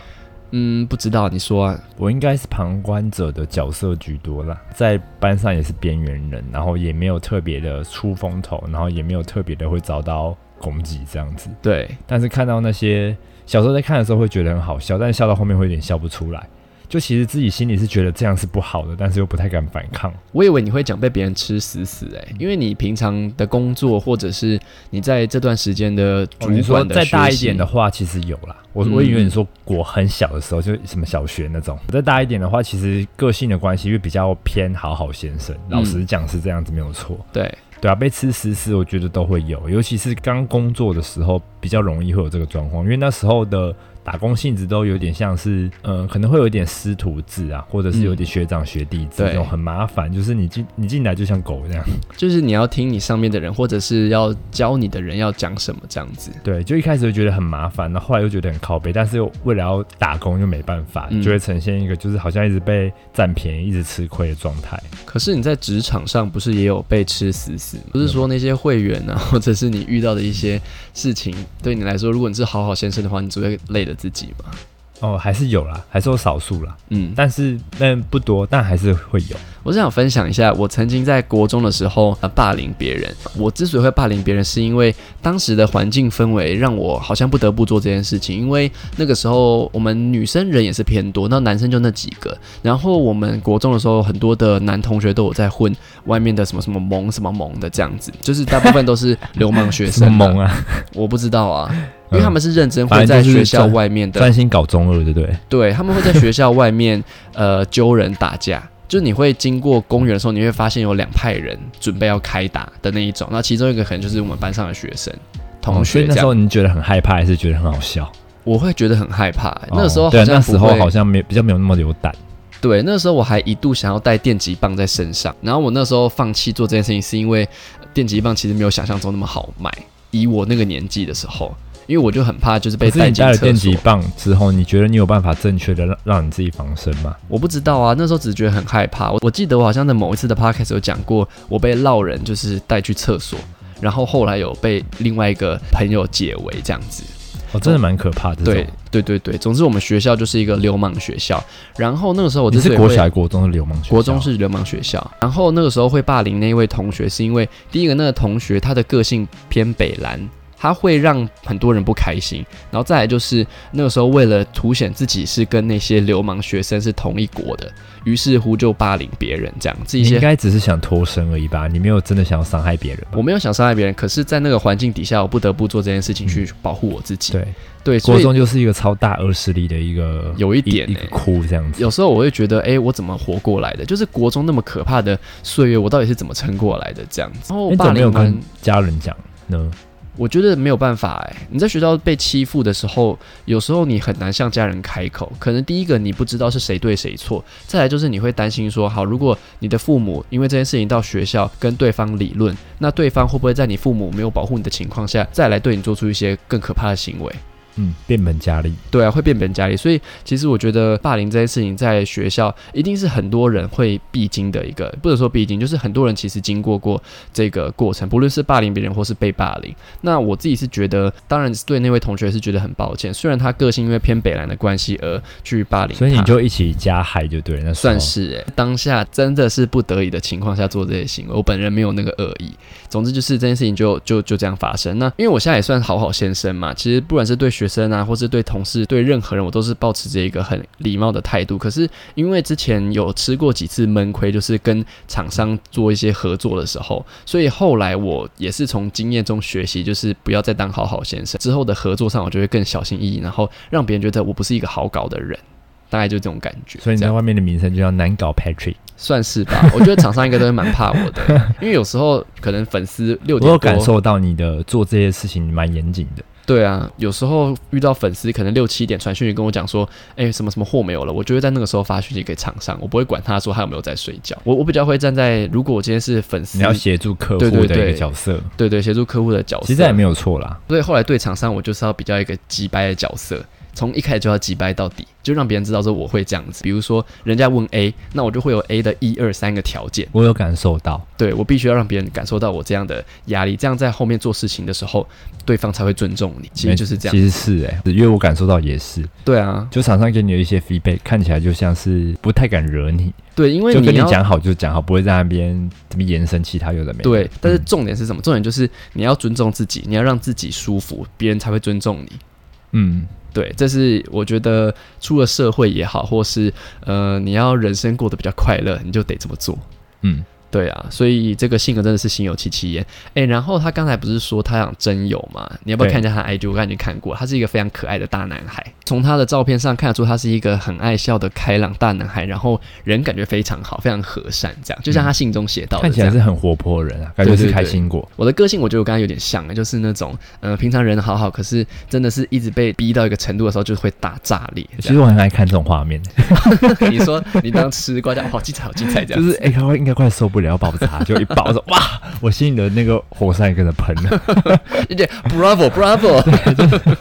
Speaker 1: 嗯，不知道，你说啊。
Speaker 2: 我应该是旁观者的角色居多啦，在班上也是边缘人，然后也没有特别的出风头，然后也没有特别的会遭到攻击这样子。
Speaker 1: 对，
Speaker 2: 但是看到那些小时候在看的时候会觉得很好笑，但是笑到后面会有点笑不出来。就其实自己心里是觉得这样是不好的，但是又不太敢反抗。
Speaker 1: 我以为你会讲被别人吃死死诶、因为你平常的工作或者是你在这段时间的主
Speaker 2: 哦你说
Speaker 1: 管的、
Speaker 2: 再大一点的，话，其实有啦。我我以为
Speaker 1: 嗯
Speaker 2: 你说我很小的时候，就什么小学那种。再大一点的话，其实个性的关系，因为比较偏好好先生。老实讲是这样子，没有错。
Speaker 1: 对，
Speaker 2: 对啊，被吃死死，我觉得都会有，尤其是刚工作的时候，比较容易会有这个状况，因为那时候的打工性质都有点像是，呃，可能会有点师徒制啊，或者是有点学长学弟制，
Speaker 1: 嗯对
Speaker 2: 这种很麻烦，就是你进你进来就像狗
Speaker 1: (laughs)
Speaker 2: 这样，
Speaker 1: 就是你要听你上面的人，或者是要教你的人要讲什么这样子。
Speaker 2: 对，就一开始会觉得很麻烦，然后后来又觉得很靠背，但是又为了要打工又没办法，
Speaker 1: 嗯
Speaker 2: 就会呈现一个就是好像一直被占便宜、一直吃亏的状态。
Speaker 1: 可是你在职场上不是也有被吃死死吗？不是说那些会员啊，或者是你遇到的一些事情，对你来说，如果你是好好先生的话，你只会累了自己嘛。
Speaker 2: 哦，还是有啦，还是有少数啦，
Speaker 1: 嗯，
Speaker 2: 但是但不多，但还是会有。
Speaker 1: 我是想分享一下，我曾经在国中的时候呃霸凌别人。我之所以会霸凌别人，是因为当时的环境氛围让我好像不得不做这件事情。因为那个时候我们女生人也是偏多，那男生就那几个。然后我们国中的时候，很多的男同学都有在混外面的什么什么盟什么盟的这样子，就是大部分都是流氓学
Speaker 2: 什
Speaker 1: 生、
Speaker 2: 么萌啊？
Speaker 1: 我不知道啊，因为他们是认真会
Speaker 2: 反正
Speaker 1: 在
Speaker 2: 就是
Speaker 1: 学校
Speaker 2: 专
Speaker 1: 外面的，
Speaker 2: 专心搞中二，对不对？
Speaker 1: 对他们会在学校外面 (laughs) 呃揪人打架。就是你会经过公园的时候，你会发现有两派人准备要开打的那一种，那其中一个可能就是我们班上的学生同
Speaker 2: 哦所以
Speaker 1: 学
Speaker 2: 那
Speaker 1: 这
Speaker 2: 时
Speaker 1: 样，
Speaker 2: 候你觉得很害怕，还是觉得很好笑？
Speaker 1: 我会觉得很害怕、那个时候
Speaker 2: 哦
Speaker 1: 好
Speaker 2: 对，
Speaker 1: 像
Speaker 2: 那时候
Speaker 1: 不会
Speaker 2: 好像没比较没有那么有胆。
Speaker 1: 对，那时候我还一度想要带电击棒在身上，然后我那时候放弃做这件事情，是因为呃电击棒其实没有想象中那么好卖。以我那个年纪的时候，因为我就很怕就是被
Speaker 2: 可是
Speaker 1: 带
Speaker 2: 你
Speaker 1: 进
Speaker 2: 带了
Speaker 1: 厕
Speaker 2: 电
Speaker 1: 所
Speaker 2: 击。棒之后，你觉得你有办法正确的让让你自己防身吗？
Speaker 1: 我不知道啊，那时候只是觉得很害怕。我我记得我好像在某一次的 podcast 有讲过，我被落人就是带去厕所，然后后来有被另外一个朋友解围这样子。
Speaker 2: 哦，真的蛮可怕的。
Speaker 1: 对，对对对，总之我们学校就是一个流氓学校。然后那个时候我
Speaker 2: 你
Speaker 1: 之
Speaker 2: 是
Speaker 1: 所以
Speaker 2: 国
Speaker 1: 会
Speaker 2: 小还是国中的流氓学校？
Speaker 1: 国中是流氓学校，然后那个时候会霸凌那一位同学，是因为第一个那个同学他的个性偏北蓝，他会让很多人不开心，然后再来就是那个时候为了凸显自己是跟那些流氓学生是同一国的，于是乎就霸凌别人这样，这一
Speaker 2: 你应
Speaker 1: 些。
Speaker 2: 该只是想脱身而已吧？你没有真的想要伤害别人吧。
Speaker 1: 我没有想伤害别人，可是，在那个环境底下，我不得不做这件事情去保护我自己。
Speaker 2: 对，
Speaker 1: 对，所
Speaker 2: 国
Speaker 1: 以
Speaker 2: 中就是一个超大恶势力的一个，
Speaker 1: 有一点
Speaker 2: 一
Speaker 1: 欸
Speaker 2: 个哭这样子。
Speaker 1: 有时候我会觉得，哎、我怎么活过来的？就是国中那么可怕的岁月，我到底是怎么撑过来的？这样子。然后
Speaker 2: 你
Speaker 1: 哦
Speaker 2: 怎
Speaker 1: 霸
Speaker 2: 么没有
Speaker 1: 凌完
Speaker 2: 跟，家人讲呢？
Speaker 1: 我觉得没有办法哎、你在学校被欺负的时候，有时候你很难向家人开口。可能第一个你不知道是谁对谁错，再来就是你会担心说，好，如果你的父母因为这件事情到学校跟对方理论，那对方会不会在你父母没有保护你的情况下，再来对你做出一些更可怕的行为？
Speaker 2: 嗯，变本加厉。
Speaker 1: 对啊，会变本加厉。所以其实我觉得霸凌这件事情在学校一定是很多人会必经的一个，不能说必经，就是很多人其实经过过这个过程，不论是霸凌别人或是被霸凌。那我自己是觉得，当然是对那位同学是觉得很抱歉，虽然他个性因为偏北蓝的关系而去霸凌他，
Speaker 2: 所以你就一起加害就对了，那时候
Speaker 1: 算是诶、当下真的是不得已的情况下做这些行为，我本人没有那个恶意。总之就是这件事情就就就这样发生。那因为我现在也算好好先生嘛，其实不管是对学生啊，或是对同事、对任何人，我都是保持着一个很礼貌的态度。可是因为之前有吃过几次闷亏，就是跟厂商做一些合作的时候，所以后来我也是从经验中学习，就是不要再当好好先生。之后的合作上，我就会更小心翼翼，然后让别人觉得我不是一个好搞的人。大概就这种感觉。
Speaker 2: 所以你
Speaker 1: 这
Speaker 2: 在
Speaker 1: 样
Speaker 2: 外面的名声就叫难搞 Patrick。
Speaker 1: 算是吧， (laughs) 我觉得厂商应该都会蛮怕我
Speaker 2: (laughs)
Speaker 1: 的，因为有时候可能粉丝六
Speaker 2: 我
Speaker 1: 点
Speaker 2: 有
Speaker 1: 多，
Speaker 2: 感受到你的做这些事情蛮严谨的，
Speaker 1: 对啊，有时候遇到粉丝可能六七点传讯息跟我讲说，哎、什么什么货没有了，我就会在那个时候发讯息给厂商，我不会管他说他有没有在睡觉，我我比较会站在如果我今天是粉丝
Speaker 2: (laughs) 你，要协助客
Speaker 1: 对
Speaker 2: 户
Speaker 1: 对
Speaker 2: 的一个
Speaker 1: 对哦
Speaker 2: 角色，
Speaker 1: 对对，协助客户的角色，
Speaker 2: 其实这样也没有错啦。
Speaker 1: 所以后来对厂商，我就是要比较一个击败的角色，从一开始就要击败到底，就让别人知道说我会这样子。比如说人家问 A，那我就会有 A 的一二三个条件，
Speaker 2: 我有感受到，
Speaker 1: 对我必须要让别人感受到我这样的压力，这样在后面做事情的时候，对方才会尊重你。其实就是这样，
Speaker 2: 其实是哎、因为我感受到也是，
Speaker 1: 对啊，
Speaker 2: 就厂商给你的一些 feedback，看起来就像是不太敢惹你，
Speaker 1: 对，因为
Speaker 2: 就跟你
Speaker 1: 要
Speaker 2: 讲好就讲好，不会在那边这边延伸其他有的没的。
Speaker 1: 对，但是
Speaker 2: 嗯
Speaker 1: 重点是什么？重点就是你要尊重自己，你要让自己舒服，别人才会尊重你。
Speaker 2: 嗯，
Speaker 1: 对，这是我觉得出了社会也好，或是呃，你要人生过得比较快乐，你就得这么做。
Speaker 2: 嗯，
Speaker 1: 对啊，所以这个性格真的是心有戚戚焉。哎，然后他刚才不是说他想真友嘛？你要不要
Speaker 2: 对
Speaker 1: 看一下他的 IG？我刚才已经看过，他是一个非常可爱的大男孩。从他的照片上看得出，他是一个很爱笑的开朗大男孩，然后人感觉非常好，非常和善，这样就像他信中写到的
Speaker 2: 嗯看起
Speaker 1: 这
Speaker 2: 来
Speaker 1: 样。
Speaker 2: 是很活泼的人啊，感
Speaker 1: 嗯
Speaker 2: 觉
Speaker 1: 对
Speaker 2: 是
Speaker 1: 对
Speaker 2: 开心果。
Speaker 1: 我的个性，我觉得我跟他有点像，就是那种，呃，平常人好好，可是真的是一直被逼到一个程度的时候，就会大炸裂。
Speaker 2: 其实我很爱看这种画面，
Speaker 1: 这样 (laughs) 你说你当吃瓜讲，好精彩，好精彩，这样
Speaker 2: 就
Speaker 1: 子 (laughs)
Speaker 2: 是哎，快、应该快受不了，爆炸，就一爆，我说哇，我心里的那个火山也跟着喷
Speaker 1: (laughs)
Speaker 2: 了，
Speaker 1: 有点 bravo
Speaker 2: (laughs)
Speaker 1: bravo，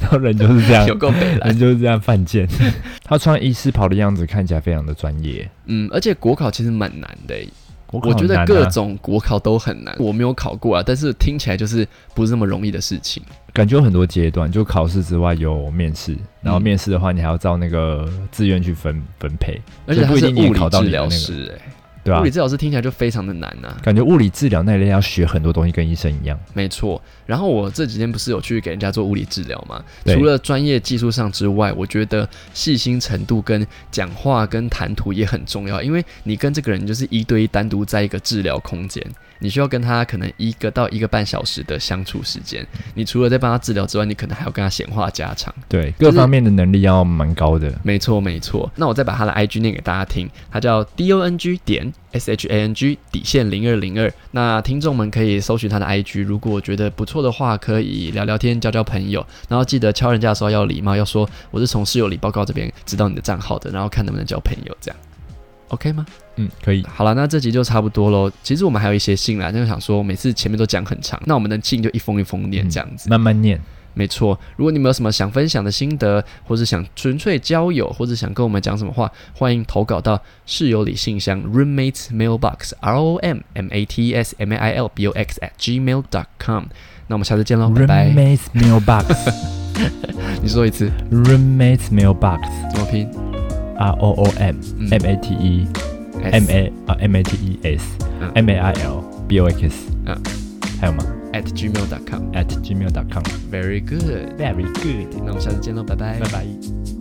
Speaker 2: 然后人就是这样
Speaker 1: 有，够北蓝
Speaker 2: 人。就是这样犯贱。 (laughs) 他穿医师袍的样子看起来非常的专业，
Speaker 1: 嗯，而且国考其实蛮难的欸、
Speaker 2: 我
Speaker 1: 我
Speaker 2: 靠
Speaker 1: 觉得
Speaker 2: 难啊
Speaker 1: 各种国考都很难，我没有考过啊，但是听起来就是不是那么容易的事情。
Speaker 2: 感觉有很多阶段，就考试之外有面试，然后面试的话你还要照那个志愿去分分配，
Speaker 1: 而且他
Speaker 2: 不一
Speaker 1: 是
Speaker 2: 定你也
Speaker 1: 物理
Speaker 2: 考到
Speaker 1: 治
Speaker 2: 你的那
Speaker 1: 疗
Speaker 2: 个
Speaker 1: 师、欸，
Speaker 2: 对啊吧、
Speaker 1: 物理治疗师听起来就非常的难啊，
Speaker 2: 感觉物理治疗那一类要学很多东西，跟医生一样。
Speaker 1: 没错。然后我这几天不是有去给人家做物理治疗嘛？
Speaker 2: 对
Speaker 1: 除了专业技术上之外，我觉得细心程度跟讲话跟谈吐也很重要，因为你跟这个人就是一对一单独在一个治疗空间，你需要跟他可能一个到一个半小时的相处时间。你除了在帮他治疗之外，你可能还要跟他闲话家常。
Speaker 2: 对，各方面的能力要蛮高的。
Speaker 1: 没错，没错。那我再把他的 IG 念给大家听，他叫 D O N G 点 S H A N G 底线零二零二。那听众们可以搜寻他的 IG，如果觉得不错的话，可以聊聊天、交交朋友。然后记得敲人家的时候要有礼貌，要说我是从室友里报告这边知道你的账号的，然后看能不能交朋友，这样 OK 吗？
Speaker 2: 嗯，可以。
Speaker 1: 好了，那这集就差不多喽。其实我们还有一些信啦，就是想说每次前面都讲很长，那我们的信就一封一封念这样子。
Speaker 2: 嗯慢慢念，
Speaker 1: 没错，如果你们有什么想分享的心得，或是想纯粹交友，或者想跟我们讲什么话，欢迎投稿到室友里信箱 roommates mailbox r o m m a t e s m a i l b o x at gmail dot com。那我们下次见喽，拜拜。
Speaker 2: Roommates
Speaker 1: (laughs)
Speaker 2: mailbox,
Speaker 1: 你说一次
Speaker 2: roommates mailbox,
Speaker 1: 怎么拼
Speaker 2: R O O M
Speaker 1: 嗯
Speaker 2: M A T E M A 啊 M A T E S
Speaker 1: 嗯
Speaker 2: M A I L B O X，
Speaker 1: 嗯
Speaker 2: 还有吗
Speaker 1: at gmail dot com。
Speaker 2: ？at gmail.com.
Speaker 1: Very good。
Speaker 2: Very good.
Speaker 1: 那我们下次见喽，拜拜
Speaker 2: 拜。拜。